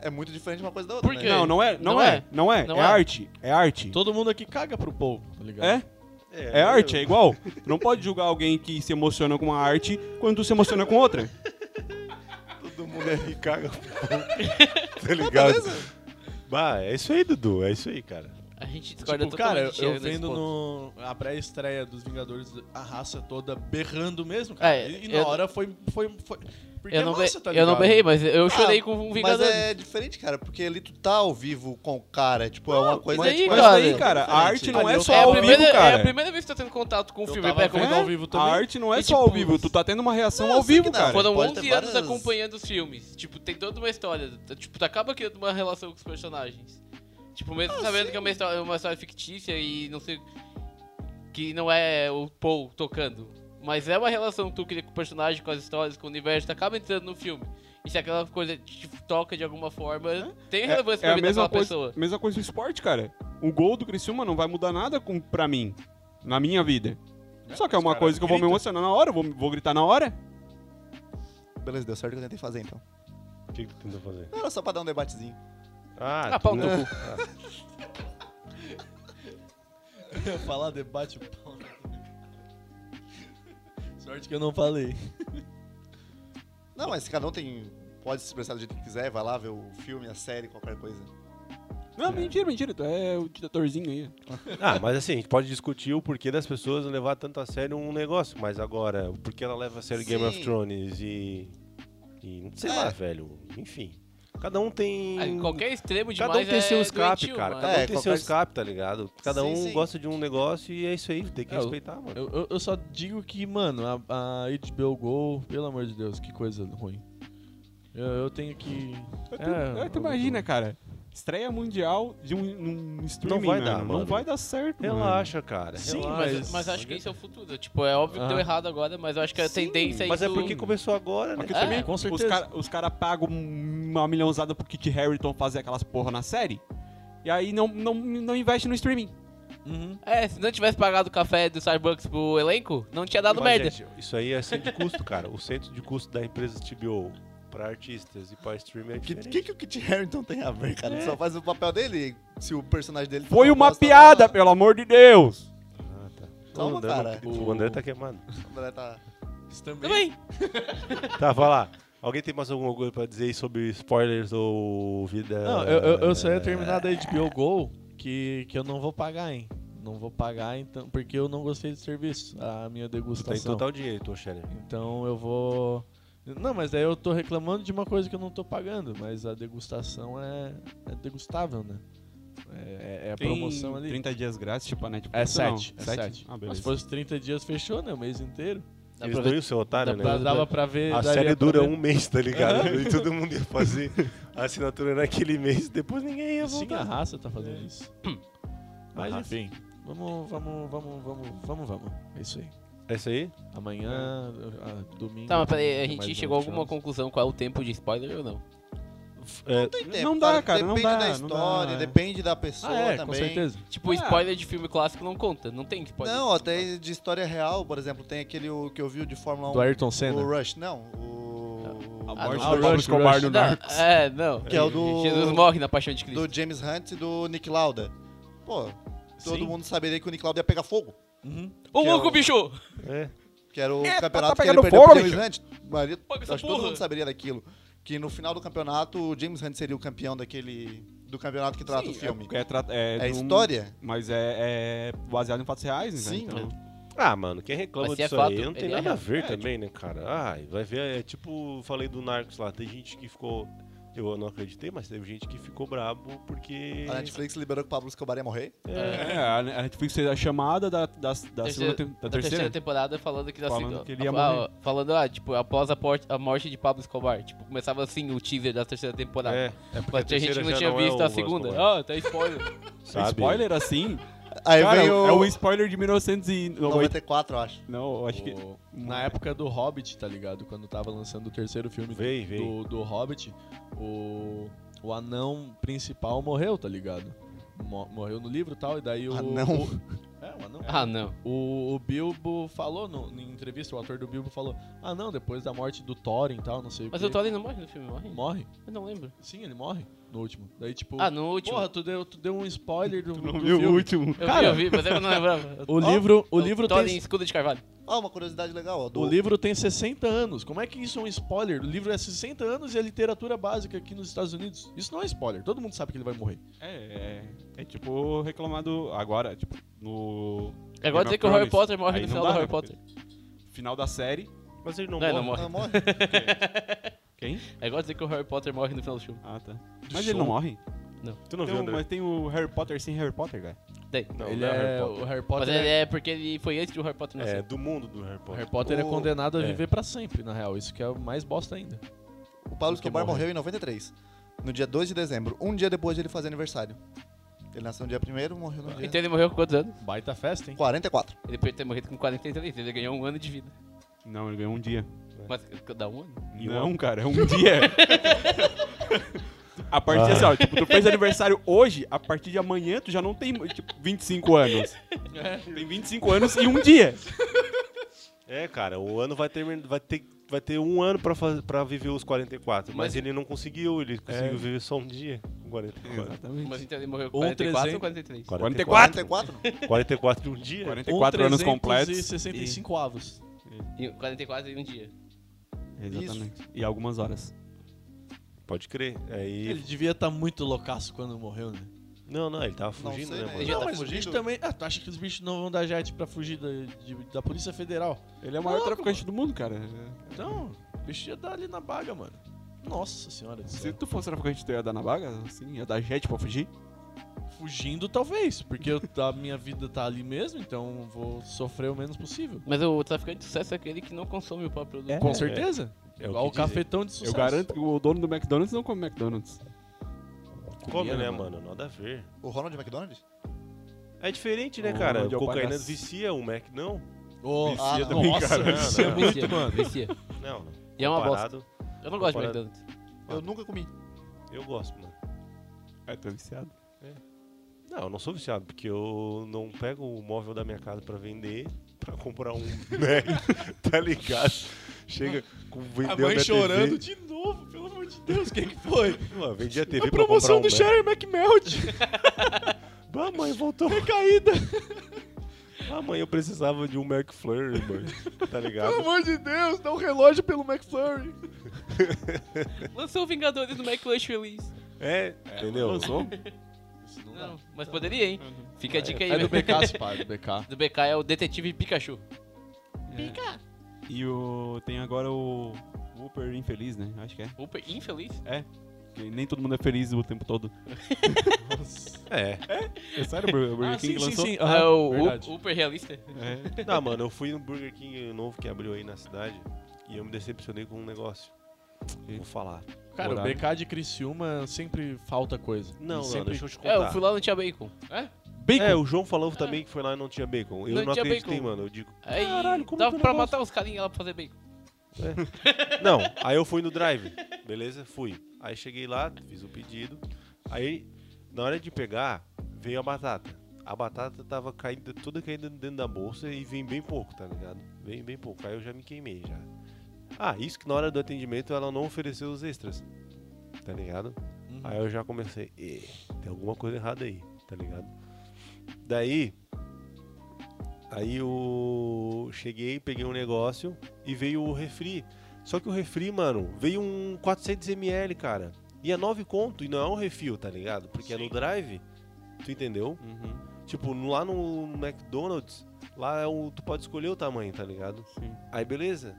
Speaker 5: É muito diferente uma coisa da outra.
Speaker 4: Por
Speaker 5: né?
Speaker 4: quê?
Speaker 3: Não, não é, não,
Speaker 4: Não
Speaker 3: é,
Speaker 4: é.
Speaker 3: não é,
Speaker 4: Não
Speaker 3: é,
Speaker 4: é.
Speaker 3: arte, é arte.
Speaker 2: Todo mundo aqui caga pro povo, tá ligado?
Speaker 3: É? É arte, é igual. Tu não pode julgar alguém que se emociona com uma arte quando tu se emociona com outra.
Speaker 5: Todo mundo é rico.
Speaker 1: Tá ligado? Bah, é isso aí, Dudu. É isso aí, cara.
Speaker 4: A gente discorda
Speaker 2: Tipo, cara, eu,
Speaker 4: totalmente.
Speaker 2: eu
Speaker 4: nesse
Speaker 2: vendo
Speaker 4: ponto.
Speaker 2: no, a pré-estreia dos Vingadores a raça toda berrando mesmo, cara.
Speaker 4: É,
Speaker 2: e e
Speaker 4: eu-
Speaker 2: na hora foi, foi, foi. Porque
Speaker 4: Eu não,
Speaker 2: é
Speaker 4: be-
Speaker 2: massa, tá
Speaker 4: eu não
Speaker 2: ligado?
Speaker 4: berrei, mas eu chorei
Speaker 5: Ah,
Speaker 4: com um
Speaker 5: Mas
Speaker 4: Vingador.
Speaker 5: é diferente, cara, porque ali tu tá ao vivo com o cara. Tipo, é uma coisa.
Speaker 4: mas
Speaker 5: é,
Speaker 4: aí,
Speaker 5: tipo,
Speaker 3: Mas
Speaker 4: Cara,
Speaker 3: aí, cara, a arte não
Speaker 5: ali
Speaker 3: é
Speaker 5: eu
Speaker 3: só
Speaker 5: tava
Speaker 3: ao
Speaker 4: a
Speaker 5: vendo.
Speaker 3: vivo,
Speaker 4: primeira, é
Speaker 3: cara.
Speaker 4: a primeira vez que eu tô tendo contato com o
Speaker 2: Eu
Speaker 4: filme.
Speaker 2: tava
Speaker 4: É, como
Speaker 2: vendo
Speaker 4: é?
Speaker 2: ao vivo também.
Speaker 3: A arte não é
Speaker 4: E,
Speaker 3: só ao
Speaker 4: tipo,
Speaker 3: vivo, tu tá tendo uma reação
Speaker 5: Não,
Speaker 3: ao
Speaker 5: eu sei que
Speaker 3: vivo,
Speaker 5: não,
Speaker 3: cara.
Speaker 4: Foram
Speaker 5: Pode ter
Speaker 4: 11 anos
Speaker 5: várias-
Speaker 4: acompanhando os filmes. Tipo, tem toda uma história. T- Tipo, tu acaba criando uma relação com os personagens. Tipo, mesmo
Speaker 1: Ah,
Speaker 4: sabendo que é uma história, uma história fictícia e não sei. Que não é o Paul tocando. Mas é uma relação que tu cria com o personagem, com as histórias, com o universo, tu acaba entrando no filme. E se aquela coisa te toca de alguma forma, tem
Speaker 3: é
Speaker 4: relevância pra
Speaker 3: a
Speaker 4: vida
Speaker 3: mesma
Speaker 4: daquela pessoa.
Speaker 3: coisa, mesma coisa do esporte, cara. O gol do Criciúma não vai mudar nada com, pra mim, na minha vida. Só que é
Speaker 2: os
Speaker 3: uma
Speaker 2: cara
Speaker 3: coisa que eu vou me
Speaker 2: grita.
Speaker 3: emocionar na hora, eu vou, vou gritar na hora.
Speaker 5: Beleza, deu certo que eu tentei fazer então.
Speaker 1: O que, que tu tentou fazer?
Speaker 5: Não, Era só pra dar um debatezinho.
Speaker 1: Ah,
Speaker 4: Ah, pau
Speaker 1: tu-
Speaker 4: no teu
Speaker 1: Ah,
Speaker 2: Eu ia *laughs* falar debate pau. *laughs* Sorte que eu não falei.
Speaker 5: Não, mas cada um tem. Pode se expressar do jeito que quiser, vai lá ver o filme, a série, qualquer coisa.
Speaker 3: Não, mentira, mentira, tu é o diretorzinho aí.
Speaker 1: Ah, mas assim, a gente pode discutir o porquê das pessoas levar tanto a sério um negócio, mas agora, o porquê ela leva a sério Game of
Speaker 5: Sim.
Speaker 1: Thrones e. e sei
Speaker 5: É.
Speaker 1: lá, velho. Enfim. Cada um tem.
Speaker 4: Ah, Qualquer extremo demais
Speaker 1: Cada um tem
Speaker 4: é
Speaker 1: seu escape,
Speaker 4: doentio,
Speaker 1: cara.
Speaker 4: mano.
Speaker 1: Cada um
Speaker 5: É,
Speaker 1: tem seu
Speaker 5: qualquer-
Speaker 1: escape, tá ligado? Cada
Speaker 5: Sim,
Speaker 1: um
Speaker 5: sim.
Speaker 1: gosta de um negócio e é isso aí, tem que
Speaker 2: É, eu-
Speaker 1: respeitar, mano.
Speaker 2: Eu, eu- eu só digo que, mano, a, a HBO Go, pelo amor de Deus, que coisa ruim. Eu, eu tenho que.
Speaker 3: É, tu imagina, cara. Estreia mundial de um, num streaming,
Speaker 1: vai dar, mano.
Speaker 3: Não vai dar certo, mano.
Speaker 1: Relaxa, cara.
Speaker 2: Sim,
Speaker 1: relaxa.
Speaker 4: Mas, mas acho que esse é o futuro. Tipo, é óbvio que deu
Speaker 2: Ah.
Speaker 4: errado agora, mas eu acho que a
Speaker 3: Sim,
Speaker 4: tendência
Speaker 1: Mas é
Speaker 4: isso-
Speaker 1: porque começou agora, né?
Speaker 3: Porque
Speaker 4: É,
Speaker 3: também
Speaker 2: com
Speaker 3: os
Speaker 2: certeza.
Speaker 3: caras os cara pagam uma milhãozada pro Kit Harington fazer aquelas porra na série. E aí não, não, não investe no streaming.
Speaker 2: Uhum.
Speaker 4: É, se não tivesse pagado o café do Starbucks pro elenco, não tinha dado
Speaker 1: Mas,
Speaker 4: merda.
Speaker 1: gente, isso aí é centro de custo, cara. O centro de custo da empresa TBO pra artistas e pra streamer é
Speaker 5: O que,
Speaker 1: diferente.
Speaker 5: que, que o Kit Harington tem a ver, cara? Ele um só faz o papel dele se o personagem dele.
Speaker 3: É. Foi
Speaker 5: não
Speaker 3: uma
Speaker 5: gosta,
Speaker 3: piada, pelo amor de Deus!
Speaker 1: Ah, tá.
Speaker 5: Calma,
Speaker 1: o, André,
Speaker 5: cara.
Speaker 1: o André tá queimado.
Speaker 5: não. Ela tá-
Speaker 2: Isso também.
Speaker 4: Também.
Speaker 1: Tá, vai lá. Alguém tem mais alguma coisa pra dizer aí sobre spoilers ou vida...
Speaker 2: Não, eu, eu, eu só ia terminar da HBO Go que, que eu não vou pagar, hein? Não vou pagar, então, porque eu não gostei do serviço, a minha
Speaker 1: Tu tem
Speaker 2: degustação.
Speaker 1: total direito, ô Sharon.
Speaker 2: Então eu vou. Não, mas daí eu tô reclamando de uma coisa que eu não tô pagando, mas a degustação é, é degustável, né? É, é- é a promoção ali.
Speaker 3: 30 dias grátis, tipo a Netflix.
Speaker 2: É
Speaker 3: não.
Speaker 2: 7. É
Speaker 3: Sete?
Speaker 2: 7.
Speaker 3: Ah,
Speaker 2: mas se
Speaker 3: beleza.
Speaker 2: fosse 30 dias, fechou, né? O mês inteiro.
Speaker 4: Dá
Speaker 1: Eles
Speaker 4: pra
Speaker 1: doem
Speaker 4: ver- né?
Speaker 1: o seu otário,
Speaker 4: dá
Speaker 1: né?
Speaker 4: pra-
Speaker 2: Dá- dava pra ver.
Speaker 1: A
Speaker 2: daria
Speaker 1: série
Speaker 2: pra
Speaker 1: dura
Speaker 2: ver.
Speaker 1: um mês, tá ligado? E todo mundo ia fazer a assinatura naquele mês, depois ninguém ia
Speaker 2: Sim, a
Speaker 1: voltar.
Speaker 2: raça tá fazendo isso. Mas
Speaker 1: A raça.
Speaker 2: enfim, vamos, vamos, vamos, vamos, vamos, vamos. É isso aí.
Speaker 4: ah.
Speaker 1: É isso aí?
Speaker 2: Amanhã, ah, domingo.
Speaker 4: Tá, mas peraí,
Speaker 2: tem
Speaker 4: a
Speaker 2: mais
Speaker 4: gente
Speaker 2: um
Speaker 4: chegou a
Speaker 2: chance.
Speaker 4: alguma conclusão qual é o tempo de spoiler ou não?
Speaker 1: É,
Speaker 5: Tem tempo,
Speaker 3: Não dá, cara, não
Speaker 5: Depende
Speaker 3: dá,
Speaker 5: da
Speaker 3: não
Speaker 5: história,
Speaker 3: dá.
Speaker 5: depende da pessoa
Speaker 2: Ah, é,
Speaker 5: também.
Speaker 2: com certeza.
Speaker 4: Tipo,
Speaker 3: Ah.
Speaker 4: spoiler de filme clássico não conta, não tem spoiler.
Speaker 5: Não, até de história real, por exemplo, tem aquele o- que eu vi o de Fórmula 1.
Speaker 2: Do Ayrton
Speaker 5: O
Speaker 2: Senna.
Speaker 5: Rush, não.
Speaker 3: A morte
Speaker 4: Ah, não.
Speaker 5: O.
Speaker 3: do
Speaker 4: Ah,
Speaker 3: Pablo
Speaker 2: Rush,
Speaker 3: Escobar
Speaker 2: Rush.
Speaker 3: no
Speaker 4: Não,
Speaker 3: Narcos.
Speaker 4: é, não.
Speaker 5: Que é o do-
Speaker 4: Jesus morre na paixão de Cristo.
Speaker 5: Do James Hunt e do Nick Lauda. Pô, todo
Speaker 2: Sim.
Speaker 5: mundo saberia que o Nick Lauda ia pegar fogo.
Speaker 4: Ô,
Speaker 5: que é
Speaker 4: louco,
Speaker 5: o-
Speaker 4: bicho!
Speaker 1: é.
Speaker 5: Que era o
Speaker 3: É,
Speaker 5: campeonato
Speaker 3: tá
Speaker 5: que
Speaker 3: pegando
Speaker 5: ele perdeu
Speaker 3: fogo,
Speaker 5: pro James
Speaker 3: bicho.
Speaker 5: Hunt. Maria,
Speaker 4: Paga essa
Speaker 5: acho que todo
Speaker 4: porra.
Speaker 5: mundo saberia daquilo. Que no final do campeonato o James Hunt seria o campeão daquele. do campeonato que trata
Speaker 3: Sim,
Speaker 5: o filme.
Speaker 3: É, porque é tra- é
Speaker 5: É,
Speaker 3: de um-
Speaker 5: história?
Speaker 3: Mas é, é baseado em fatos reais, né?
Speaker 5: Sim,
Speaker 3: Então,
Speaker 1: Ah, mano, quem reclama
Speaker 4: Mas se é
Speaker 1: disso
Speaker 4: fato,
Speaker 1: aí não tem
Speaker 4: ele é
Speaker 1: nada a
Speaker 4: real.
Speaker 1: ver também, né, cara? Ai, vai ver, é tipo, falei do Narcos lá, tem gente que ficou. Eu não acreditei, mas teve gente que ficou brabo porque.
Speaker 5: A Netflix liberou que o Pablo Escobar ia morrer.
Speaker 1: É,
Speaker 3: É, a a Netflix fez a chamada da, da, da segunda tem- da
Speaker 4: da terceira
Speaker 3: terceira.
Speaker 4: temporada falando que da
Speaker 3: Falando
Speaker 4: segunda-
Speaker 3: que ele ia
Speaker 4: ah,
Speaker 3: morrer.
Speaker 4: falando, ah, tipo, após a, por- a morte de Pablo Escobar. Tipo, começava assim o teaser da terceira temporada.
Speaker 1: é, é porque
Speaker 4: Mas tinha gente que
Speaker 1: terceira
Speaker 4: não
Speaker 1: já
Speaker 4: tinha
Speaker 1: é
Speaker 4: visto
Speaker 1: o
Speaker 4: a segunda.
Speaker 1: Vasco,
Speaker 4: Ah, tá spoiler.
Speaker 1: sabe?
Speaker 3: Spoiler assim?
Speaker 5: Aí
Speaker 3: cara,
Speaker 5: vem
Speaker 3: é
Speaker 5: o
Speaker 3: um spoiler de 1990.
Speaker 5: 94, eu acho.
Speaker 3: Não, eu acho que.
Speaker 2: O- Na época do Hobbit, tá ligado? Quando tava lançando o terceiro filme
Speaker 1: Vem, vem.
Speaker 2: Do, do Hobbit, o, o anão principal morreu, tá ligado? Mo- morreu no livro e tal, e daí o.
Speaker 5: Anão?
Speaker 2: o- é, o anão.
Speaker 4: Ah, não.
Speaker 2: O, o Bilbo falou no, na entrevista, o ator do Bilbo falou: Ah, não, depois da morte do Thorin e tal, não sei o
Speaker 4: Mas
Speaker 2: quê."
Speaker 4: o Thorin não morre no filme, morre?
Speaker 2: Morre?
Speaker 4: Eu não lembro.
Speaker 2: Sim, ele morre no último. Daí, tipo.
Speaker 4: Ah, no último.
Speaker 2: Porra, tu deu, tu deu um spoiler do. do
Speaker 3: viu
Speaker 2: filme.
Speaker 3: último.
Speaker 4: eu,
Speaker 2: cara.
Speaker 4: vi, eu vi, mas é eu não lembrava.
Speaker 2: *laughs* O livro, o
Speaker 4: Ó,
Speaker 2: livro
Speaker 4: Thorin,
Speaker 2: tem.
Speaker 4: escudo de carvalho.
Speaker 5: Ó, Ah, uma curiosidade legal, ó. Do,
Speaker 2: O livro tem 60 anos. Como é que isso é um spoiler? O livro é 60 anos e é literatura básica aqui nos Estados Unidos. Isso não é spoiler. Todo mundo sabe que ele vai morrer.
Speaker 3: É, é, é tipo reclamado agora, tipo, no
Speaker 4: É igual
Speaker 3: Game
Speaker 4: dizer
Speaker 3: of
Speaker 4: que o
Speaker 3: Thrones.
Speaker 4: Harry Potter morre
Speaker 3: Aí
Speaker 4: no
Speaker 3: não
Speaker 4: final
Speaker 3: dá,
Speaker 4: do
Speaker 3: né,
Speaker 4: Harry
Speaker 3: porque-
Speaker 4: Potter.
Speaker 3: final da série.
Speaker 1: Mas ele não,
Speaker 4: Não, ele não
Speaker 1: morre.
Speaker 4: morre.
Speaker 5: Ah, morre.
Speaker 3: Quem?
Speaker 4: É igual dizer que o Harry Potter morre no final do filme.
Speaker 3: Ah, tá.
Speaker 1: Do
Speaker 3: Mas
Speaker 1: show.
Speaker 3: ele não morre.
Speaker 1: Tu não
Speaker 3: Tem
Speaker 1: viu,
Speaker 3: um-
Speaker 1: André?
Speaker 3: mas tem o Harry Potter sem Harry Potter, cara.
Speaker 4: Tem.
Speaker 1: Não,
Speaker 2: ele
Speaker 1: não
Speaker 2: é,
Speaker 1: Harry Potter.
Speaker 2: o Harry
Speaker 4: Mas
Speaker 2: Potter.
Speaker 4: ele
Speaker 2: é,
Speaker 4: é porque ele foi antes do Harry Potter
Speaker 1: É,
Speaker 4: nascer.
Speaker 1: do mundo do Harry
Speaker 2: o
Speaker 1: Potter.
Speaker 2: Harry Potter é
Speaker 5: O-
Speaker 2: condenado a
Speaker 1: é.
Speaker 2: viver pra sempre, na real. Isso que é mais bosta ainda.
Speaker 5: O
Speaker 3: *laughs*
Speaker 5: Pablo
Speaker 2: Porque
Speaker 5: Escobar
Speaker 2: morreu.
Speaker 5: morreu em 93. No dia 2 de dezembro. Um dia depois de ele fazer aniversário. Ele nasceu no dia 1 morreu no dia...
Speaker 4: Então ele morreu com quantos anos?
Speaker 2: Baita festa, hein?
Speaker 5: 44.
Speaker 4: Ele podia ter morrido com 43, ele ganhou um ano de vida.
Speaker 3: Não, ele ganhou um dia.
Speaker 4: Mas dá um ano?
Speaker 1: E
Speaker 3: não, cara, é um dia. *laughs* a partir assim, ó, tipo, tu fez aniversário hoje, a partir de amanhã tu já não tem, tipo, 25 anos. Tem 25 anos e um dia.
Speaker 1: É, cara, o ano vai ter, vai ter, vai ter um ano pra, faz- pra viver os 44. Mas,
Speaker 4: Mas-
Speaker 1: ele não conseguiu, ele conseguiu viver só um dia com 44.
Speaker 3: Exatamente.
Speaker 4: Mas então ele morreu com
Speaker 2: Ou
Speaker 4: 44
Speaker 2: 300.
Speaker 4: ou 43?
Speaker 3: 44.
Speaker 5: 44?
Speaker 1: 44 em um dia.
Speaker 3: 44 anos completos.
Speaker 2: 65 avos.
Speaker 4: E 44 em um dia.
Speaker 3: E, exatamente. E algumas horas.
Speaker 1: Pode crer.
Speaker 2: Ele
Speaker 1: Aí.
Speaker 2: devia estar muito loucaço quando morreu, né?
Speaker 1: Não, não, ele tava fugindo,
Speaker 5: sei,
Speaker 1: né,
Speaker 5: né?
Speaker 1: mano?
Speaker 5: Ele
Speaker 4: já
Speaker 2: não,
Speaker 4: tá
Speaker 2: mas
Speaker 5: fugindo?
Speaker 2: o bicho também. Ah, tu acha que os bichos não vão dar jet pra fugir da, de- da Polícia Federal?
Speaker 3: Ele é o maior
Speaker 2: Louco,
Speaker 3: traficante do mundo, cara.
Speaker 2: Então, o bicho ia dar ali na baga, mano. Nossa senhora. do
Speaker 3: Se
Speaker 2: céu.
Speaker 3: tu fosse traficante, tu ia dar na vaga? Assim, ia dar jet pra fugir?
Speaker 2: Fugindo, talvez, porque eu, a minha vida tá ali mesmo, então eu vou sofrer o menos possível.
Speaker 4: Mas o traficante de sucesso é aquele que não consome o próprio produto.
Speaker 2: Com certeza.
Speaker 1: É
Speaker 2: Igual
Speaker 1: o
Speaker 2: o
Speaker 1: que dizer.
Speaker 2: cafetão de sucesso.
Speaker 3: Eu garanto que o dono do McDonald's não come McDonald's.
Speaker 1: Come,
Speaker 2: comia,
Speaker 1: né,
Speaker 2: né,
Speaker 1: mano? Nada a ver.
Speaker 5: O Ronald McDonald?
Speaker 1: É diferente, né,
Speaker 3: O
Speaker 1: cara?
Speaker 3: Ronald é o
Speaker 1: cocaína
Speaker 3: palhaço.
Speaker 1: vicia, o Mac não.
Speaker 2: Oh,
Speaker 5: Ah, não.
Speaker 2: também,
Speaker 1: Nossa,
Speaker 2: cara.
Speaker 1: não,
Speaker 2: Vicia
Speaker 1: não.
Speaker 2: muito, mano.
Speaker 4: Vicia.
Speaker 1: Não, não.
Speaker 4: E é uma bosta.
Speaker 1: Comparado,
Speaker 4: Eu não gosto de
Speaker 1: Comparado.
Speaker 4: McDonald's.
Speaker 5: Eu nunca comi.
Speaker 1: Eu gosto, mano.
Speaker 3: É, tô viciado.
Speaker 1: Não, eu não sou viciado, porque eu não pego o móvel da minha casa pra vender, pra
Speaker 2: *laughs*
Speaker 1: comprar um Mac, tá ligado? Chega com vender
Speaker 2: A mãe chorando tipo,
Speaker 1: TV.
Speaker 2: de novo, pelo amor de Deus, quem que foi?
Speaker 1: Mano, vendi a TV
Speaker 2: a
Speaker 1: pra comprar
Speaker 2: promoção
Speaker 1: um
Speaker 2: do
Speaker 1: Mac.
Speaker 2: Sherry *laughs* McMelt,
Speaker 1: Ah, mãe, voltou.
Speaker 2: caída.
Speaker 1: Ah, mãe, eu precisava de um McFlurry, mano. Tá ligado?
Speaker 2: Pelo amor de Deus, dá um relógio pelo McFlurry.
Speaker 4: Lançou o Vingadores do McLunch Release.
Speaker 1: É, entendeu?
Speaker 3: Lançou?
Speaker 4: Não, mas poderia, hein?
Speaker 1: Uhum.
Speaker 4: Fica a dica aí.
Speaker 2: É do
Speaker 4: velho.
Speaker 1: *laughs*
Speaker 2: BK, pai, do BK.
Speaker 4: *laughs* Do BK é o Detetive Pikachu.
Speaker 3: É. E o. Tem agora o. Whooper infeliz, né? Acho que é.
Speaker 4: Opa, infeliz.
Speaker 3: Porque nem todo mundo é feliz o tempo todo.
Speaker 1: É.
Speaker 3: É sério,
Speaker 2: *laughs*
Speaker 3: o Burger
Speaker 2: Ah,
Speaker 3: King
Speaker 2: sim, sim,
Speaker 3: lançou?
Speaker 2: sim.
Speaker 4: Ah, é o
Speaker 2: verdade.
Speaker 4: Uper Realista.
Speaker 3: É.
Speaker 1: Não, Tá, mano, eu fui no Burger King novo que abriu aí na cidade e eu me decepcionei com um negócio. Vou falar.
Speaker 2: Cara,
Speaker 3: Horário.
Speaker 2: o BK de Criciúma sempre falta coisa.
Speaker 1: Não,
Speaker 2: E
Speaker 1: não,
Speaker 2: sempre...
Speaker 1: deixa eu te contar.
Speaker 4: É, eu fui lá no Tia Bacon. É?
Speaker 2: Bacon.
Speaker 1: É, o João falou também que foi lá e não tinha bacon. Eu não,
Speaker 4: Não tinha
Speaker 1: acreditei,
Speaker 4: bacon.
Speaker 1: mano. Eu digo.
Speaker 4: Aí
Speaker 1: Caralho, como
Speaker 4: dava
Speaker 1: que é o
Speaker 4: pra
Speaker 1: negócio?
Speaker 4: matar os carinhas lá pra fazer bacon.
Speaker 1: Não, aí eu fui no drive. Beleza? Fui. Aí cheguei lá, fiz o pedido. Aí, na hora de pegar, veio a batata. A batata tava caída, toda caída dentro da bolsa e vem bem pouco, tá ligado? Vem bem pouco. Aí eu já me queimei já. Ah, isso que na hora do atendimento ela não ofereceu os extras. Tá ligado?
Speaker 2: Uhum.
Speaker 1: Aí eu já comecei, "Ê, tem alguma coisa errada aí, tá ligado? Daí aí eu cheguei, peguei um negócio e veio o refri. Só que o refri, mano, veio um 400 ml, cara. E é 9 conto e não é um refil, tá ligado? Porque é no drive, tu entendeu?
Speaker 3: Uhum.
Speaker 1: Tipo, no- lá no McDonald's, lá é o, tu pode escolher o tamanho, tá ligado?
Speaker 3: Sim.
Speaker 1: Aí beleza.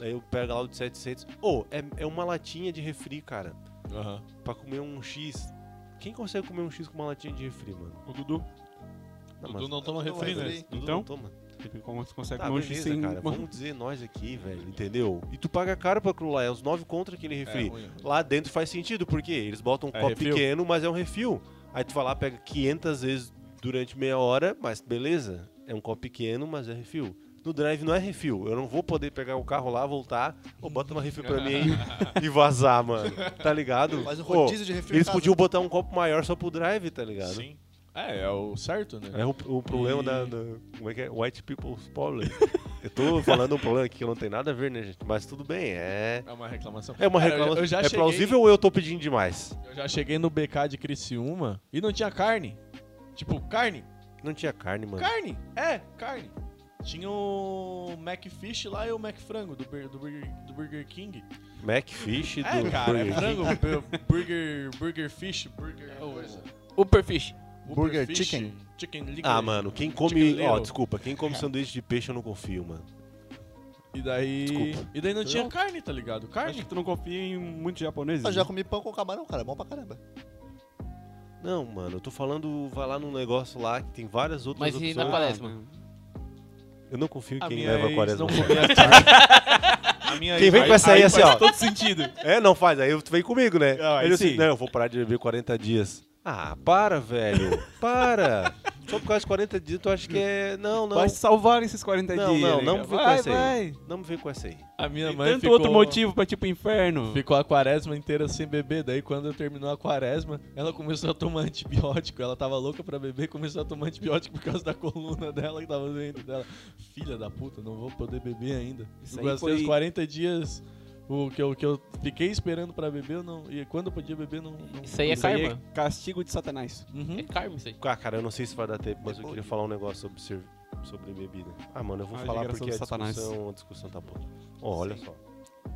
Speaker 1: Aí eu pego lá o de 700. Ô, é, é uma latinha de refri, cara.
Speaker 2: Aham.
Speaker 1: Pra comer um X. Quem consegue comer um X com uma latinha de refri, mano?
Speaker 3: O Dudu,
Speaker 1: Não,
Speaker 2: Dudu
Speaker 1: mas-
Speaker 2: não toma
Speaker 5: Não,
Speaker 2: refri,
Speaker 5: mas
Speaker 2: né?
Speaker 5: ele-
Speaker 1: Dudu
Speaker 3: então?
Speaker 1: não toma.
Speaker 3: como você consegue
Speaker 1: Tá,
Speaker 3: longe
Speaker 1: beleza,
Speaker 3: sem... *laughs*
Speaker 1: cara. Vamos dizer nós aqui, velho, entendeu? E tu paga caro pra aquilo lá, é né? uns 9 contra aquele refri.
Speaker 2: ruim, ruim.
Speaker 1: Lá dentro faz sentido, porque eles botam um
Speaker 2: É
Speaker 1: copo
Speaker 2: refil?
Speaker 1: pequeno, mas é um refil. Aí tu vai lá, pega 500 vezes durante meia hora, mas beleza, é um copo pequeno, mas é refil. No drive não é refil, eu não vou poder pegar o carro lá, voltar, ou bota uma refil pra
Speaker 2: *laughs*
Speaker 1: mim e vazar, mano. Tá ligado?
Speaker 5: Faz um
Speaker 1: Ô,
Speaker 5: rodízio de refri. em
Speaker 1: eles
Speaker 5: casa.
Speaker 1: podiam botar um copo maior só pro drive, tá ligado?
Speaker 2: Sim. É, é o certo, né?
Speaker 1: É o, o problema
Speaker 2: E-
Speaker 1: da, da- Como é que é? White people's problem. Eu tô falando um problema aqui que não tem nada a ver, né, gente? Mas tudo bem, é.
Speaker 2: É uma reclamação.
Speaker 1: É uma
Speaker 2: Cara, eu-
Speaker 1: reclamação.
Speaker 2: eu já
Speaker 1: é
Speaker 2: cheguei-
Speaker 1: plausível ou eu tô pedindo demais?
Speaker 2: Eu já cheguei no BK de Criciúma e não tinha carne. Tipo, carne?
Speaker 1: Não tinha carne, mano.
Speaker 2: Carne! É, carne. Tinha o McFish lá e o McFrango do, Bur- do, Burger, do Burger King.
Speaker 1: Macfish do.
Speaker 2: É, cara, é
Speaker 1: Burger King.
Speaker 2: frango, bu- burger, burger fish, burger é coisa.
Speaker 4: Upperfish.
Speaker 2: Whopper
Speaker 5: Burger
Speaker 2: fish,
Speaker 5: chicken.
Speaker 2: Chicken liquor.
Speaker 1: Ah, mano, quem come.
Speaker 2: Chicken
Speaker 1: Ó,
Speaker 2: little.
Speaker 1: desculpa, quem come sanduíche de peixe eu não confio, mano.
Speaker 2: E daí...
Speaker 1: Desculpa.
Speaker 2: E daí não tinha
Speaker 1: Não.
Speaker 2: carne, tá ligado?
Speaker 3: Acho
Speaker 2: Carne.
Speaker 3: que tu não confia em muitos japoneses.
Speaker 5: Eu já
Speaker 3: né?
Speaker 5: comi pão com camarão, cara. É bom pra caramba.
Speaker 1: Não, mano, eu tô falando, vai lá num negócio lá que tem várias outras
Speaker 4: Mas e
Speaker 1: opções.
Speaker 3: Ah,
Speaker 4: na quaresma?
Speaker 3: né?
Speaker 1: Eu não confio em
Speaker 2: A
Speaker 1: quem
Speaker 2: minha
Speaker 1: leva a
Speaker 2: ex
Speaker 1: quaresma.
Speaker 2: não comia
Speaker 1: *laughs*
Speaker 2: carne. A minha
Speaker 1: Quem
Speaker 2: ex-
Speaker 1: vem com essa aí,
Speaker 2: aí
Speaker 1: assim,
Speaker 2: faz
Speaker 1: ó.
Speaker 2: todo sentido.
Speaker 1: É, não faz, aí tu vem comigo, né?
Speaker 3: Ah, aí
Speaker 1: Ele assim,
Speaker 3: sim.
Speaker 1: não, eu vou parar de beber 40 dias. Ah, para, velho.
Speaker 2: *laughs*
Speaker 1: Para. Só por causa de 40 dias tu acha que é. Não, não.
Speaker 3: Vai se salvar esses 40
Speaker 1: Não,
Speaker 3: dias.
Speaker 1: não,
Speaker 3: né,
Speaker 1: não assim. vem
Speaker 3: cara?
Speaker 1: com
Speaker 3: vai,
Speaker 1: essa aí.
Speaker 3: vai.
Speaker 1: Não me vem com essa aí.
Speaker 2: A minha
Speaker 3: Tem
Speaker 2: mãe
Speaker 3: tanto
Speaker 2: ficou...
Speaker 3: outro motivo pra, tipo, inferno.
Speaker 2: Ficou a quaresma inteira sem beber. Daí, quando terminou a quaresma, ela começou a tomar antibiótico. Ela tava louca pra beber, começou a tomar antibiótico por causa da coluna dela que tava dentro dela. Filha da puta, não vou poder beber ainda.
Speaker 3: Isso
Speaker 2: Eu
Speaker 3: aí
Speaker 2: gastei
Speaker 3: foi-
Speaker 2: os 40 dias. O que, eu, que eu fiquei esperando pra beber, eu não. E quando eu podia beber, não. não
Speaker 4: Isso aí é
Speaker 3: Isso aí
Speaker 4: karma.
Speaker 3: é castigo de satanás.
Speaker 2: Uhum.
Speaker 4: É karma isso aí.
Speaker 1: Ah, cara, eu não sei se vai dar tempo, mas eu queria falar um negócio sobre, serv- sobre bebida. Ah, mano, eu vou
Speaker 3: Ah, eu
Speaker 1: falar
Speaker 3: digo, era
Speaker 1: porque a
Speaker 3: sobre Satanás.
Speaker 1: discussão, a discussão tá boa. Ó, olha só.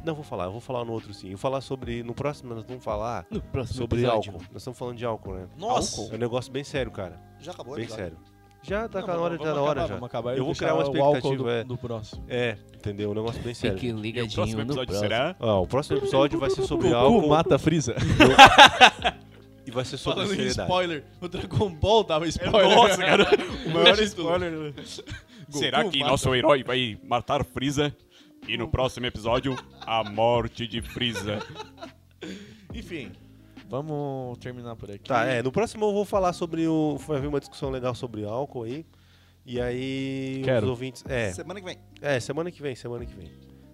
Speaker 1: Não, eu vou falar, eu vou falar no outro sim. Eu vou falar sobre. No próximo nós vamos falar
Speaker 4: No próximo
Speaker 1: sobre
Speaker 4: episódio.
Speaker 1: álcool. Nós estamos falando de álcool, né?
Speaker 2: Nossa!
Speaker 1: É um negócio bem sério, cara.
Speaker 5: Já acabou né,
Speaker 1: Bem
Speaker 5: já.
Speaker 1: sério. Já tá
Speaker 2: Não,
Speaker 1: na
Speaker 2: vamos-
Speaker 1: hora, tá
Speaker 2: vamos
Speaker 1: na hora
Speaker 2: acabar,
Speaker 1: já.
Speaker 2: vamos acabar e
Speaker 1: Eu vou
Speaker 2: deixar
Speaker 1: criar uma
Speaker 2: o álcool
Speaker 1: expectativa,
Speaker 2: do,
Speaker 1: é.
Speaker 2: do próximo.
Speaker 1: É, entendeu? Um negócio bem sério.
Speaker 4: Fique ligadinho no próximo.
Speaker 1: Ó, o próximo episódio
Speaker 2: *laughs* é
Speaker 1: vai ser sobre
Speaker 2: Goku
Speaker 1: álcool
Speaker 2: mata Freeza.
Speaker 1: e vai ser sobre
Speaker 2: Falando em
Speaker 1: seriedade.
Speaker 2: spoiler, o Dragon Ball dava *laughs* spoiler.
Speaker 3: cara. O
Speaker 2: maior
Speaker 3: spoiler.
Speaker 2: Goku mata.
Speaker 3: herói vai matar Freeza? E no próximo episódio, a morte de Freeza.
Speaker 2: Enfim, vamos terminar por aqui.
Speaker 1: Tá, é. No próximo eu vou falar sobre o. Vai haver uma discussão legal sobre álcool aí. E aí.
Speaker 2: Quero.
Speaker 1: Os ouvintes. É,
Speaker 5: Semana que vem.
Speaker 1: é, semana que vem, semana que vem.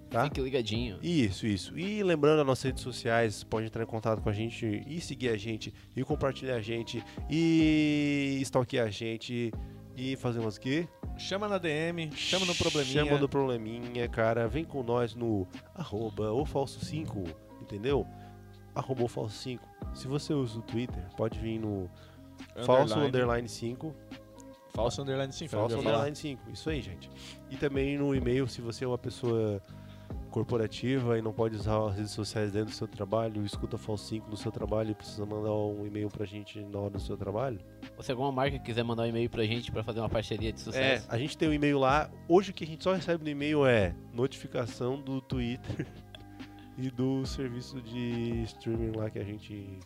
Speaker 1: Tá?
Speaker 4: Fique ligadinho.
Speaker 1: Isso, isso. E lembrando as nossas redes sociais, pode entrar em contato com a gente e seguir a gente, e compartilhar a gente, e stalkear a gente, e fazer umas quê?
Speaker 2: Chama na DM, chama no probleminha.
Speaker 1: Chama no probleminha, cara. Vem com nós no arroba ou falso 5, entendeu? Arroba ou falso 5. Se você usa o Twitter, pode vir no falso underline 5.
Speaker 2: Falso underline sim,
Speaker 1: Falso
Speaker 2: eu ia falar.
Speaker 1: underline 5, isso aí, gente. E também no e-mail, se você é uma pessoa corporativa e não pode usar as redes sociais dentro do seu trabalho, escuta Falso 5 no seu trabalho e precisa mandar um e-mail pra gente na hora do seu trabalho.
Speaker 4: Ou se alguma marca quiser mandar um e-mail pra gente pra fazer uma parceria de
Speaker 1: É,
Speaker 4: sucesso.
Speaker 1: a gente tem um e-mail lá. Hoje o que a gente só recebe no e-mail é notificação do Twitter *laughs* e do serviço de streaming lá que a gente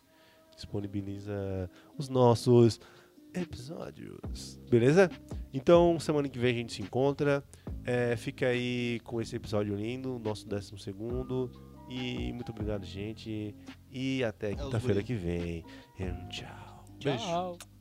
Speaker 1: disponibiliza os nossos episódios. Beleza? Então, semana que vem a gente se encontra. É, fica aí com esse episódio lindo, nosso décimo segundo. E muito obrigado, gente. E até
Speaker 5: É os
Speaker 1: quinta-feira
Speaker 5: guri.
Speaker 1: que vem. É um Tchau.
Speaker 4: Tchau.